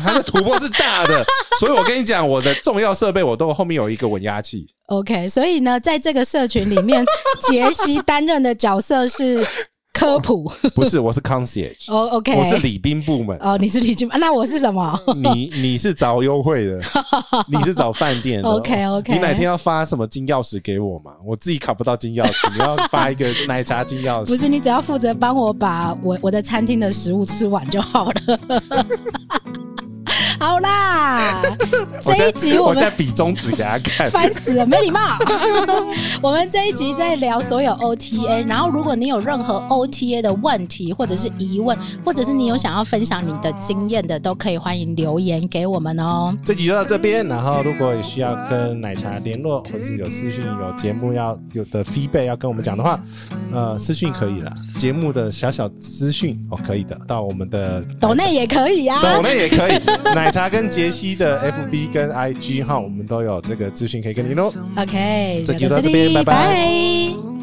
[SPEAKER 1] 它的突波是大
[SPEAKER 2] <laughs>
[SPEAKER 1] 的。所以我跟你讲，我的重要设备我都后面有一个稳压器，
[SPEAKER 2] OK，所以呢，在这个社群里面，杰西担任的角色是科普。
[SPEAKER 1] 不是，我是
[SPEAKER 2] <laughs>
[SPEAKER 1] concierge，
[SPEAKER 2] 哦
[SPEAKER 1] <laughs>
[SPEAKER 2] ，OK、
[SPEAKER 1] 我
[SPEAKER 2] o
[SPEAKER 1] 是
[SPEAKER 2] k
[SPEAKER 1] 礼宾部门。
[SPEAKER 2] 哦，你是李俊，啊那我是什么？
[SPEAKER 1] 你你是找优惠
[SPEAKER 2] <laughs>
[SPEAKER 1] 的，你是找饭店的。哦
[SPEAKER 2] OK，OK
[SPEAKER 1] 你哪天要发什么金钥匙给我嘛？我自己考不到金钥匙，你要发一个奶茶金钥匙。
[SPEAKER 2] 不是，你只要负责帮我把我我的餐厅的食物吃完就好了。 <laughs> 好啦，
[SPEAKER 1] 我
[SPEAKER 2] 这一
[SPEAKER 1] 在
[SPEAKER 2] 集我
[SPEAKER 1] 我
[SPEAKER 2] 们。
[SPEAKER 1] 在比中指给他看
[SPEAKER 2] <laughs> 烦死了，没礼貌。我们这一集在聊所有 OTA，然后如果你有任何 OTA 的问题或者是疑问，或者是你有想要分享你的经验的，都可以欢迎留言给我们哦。
[SPEAKER 1] 这集就到这边，然后如果有需要跟奶茶联络，或是有私讯有节目要有的 feedback 要跟我们讲的话，呃，私讯可以了，节目的小小资讯哦可以的，到我们的
[SPEAKER 2] 抖内也可以啊，
[SPEAKER 1] 抖内也可以，奶茶跟杰西的 FB 跟 IG 哈，我们都有这个资讯可以跟你喽。
[SPEAKER 2] OK，
[SPEAKER 1] 这集
[SPEAKER 2] 就
[SPEAKER 1] 到这边
[SPEAKER 2] 里
[SPEAKER 1] 拜拜
[SPEAKER 2] 拜
[SPEAKER 3] Ooh,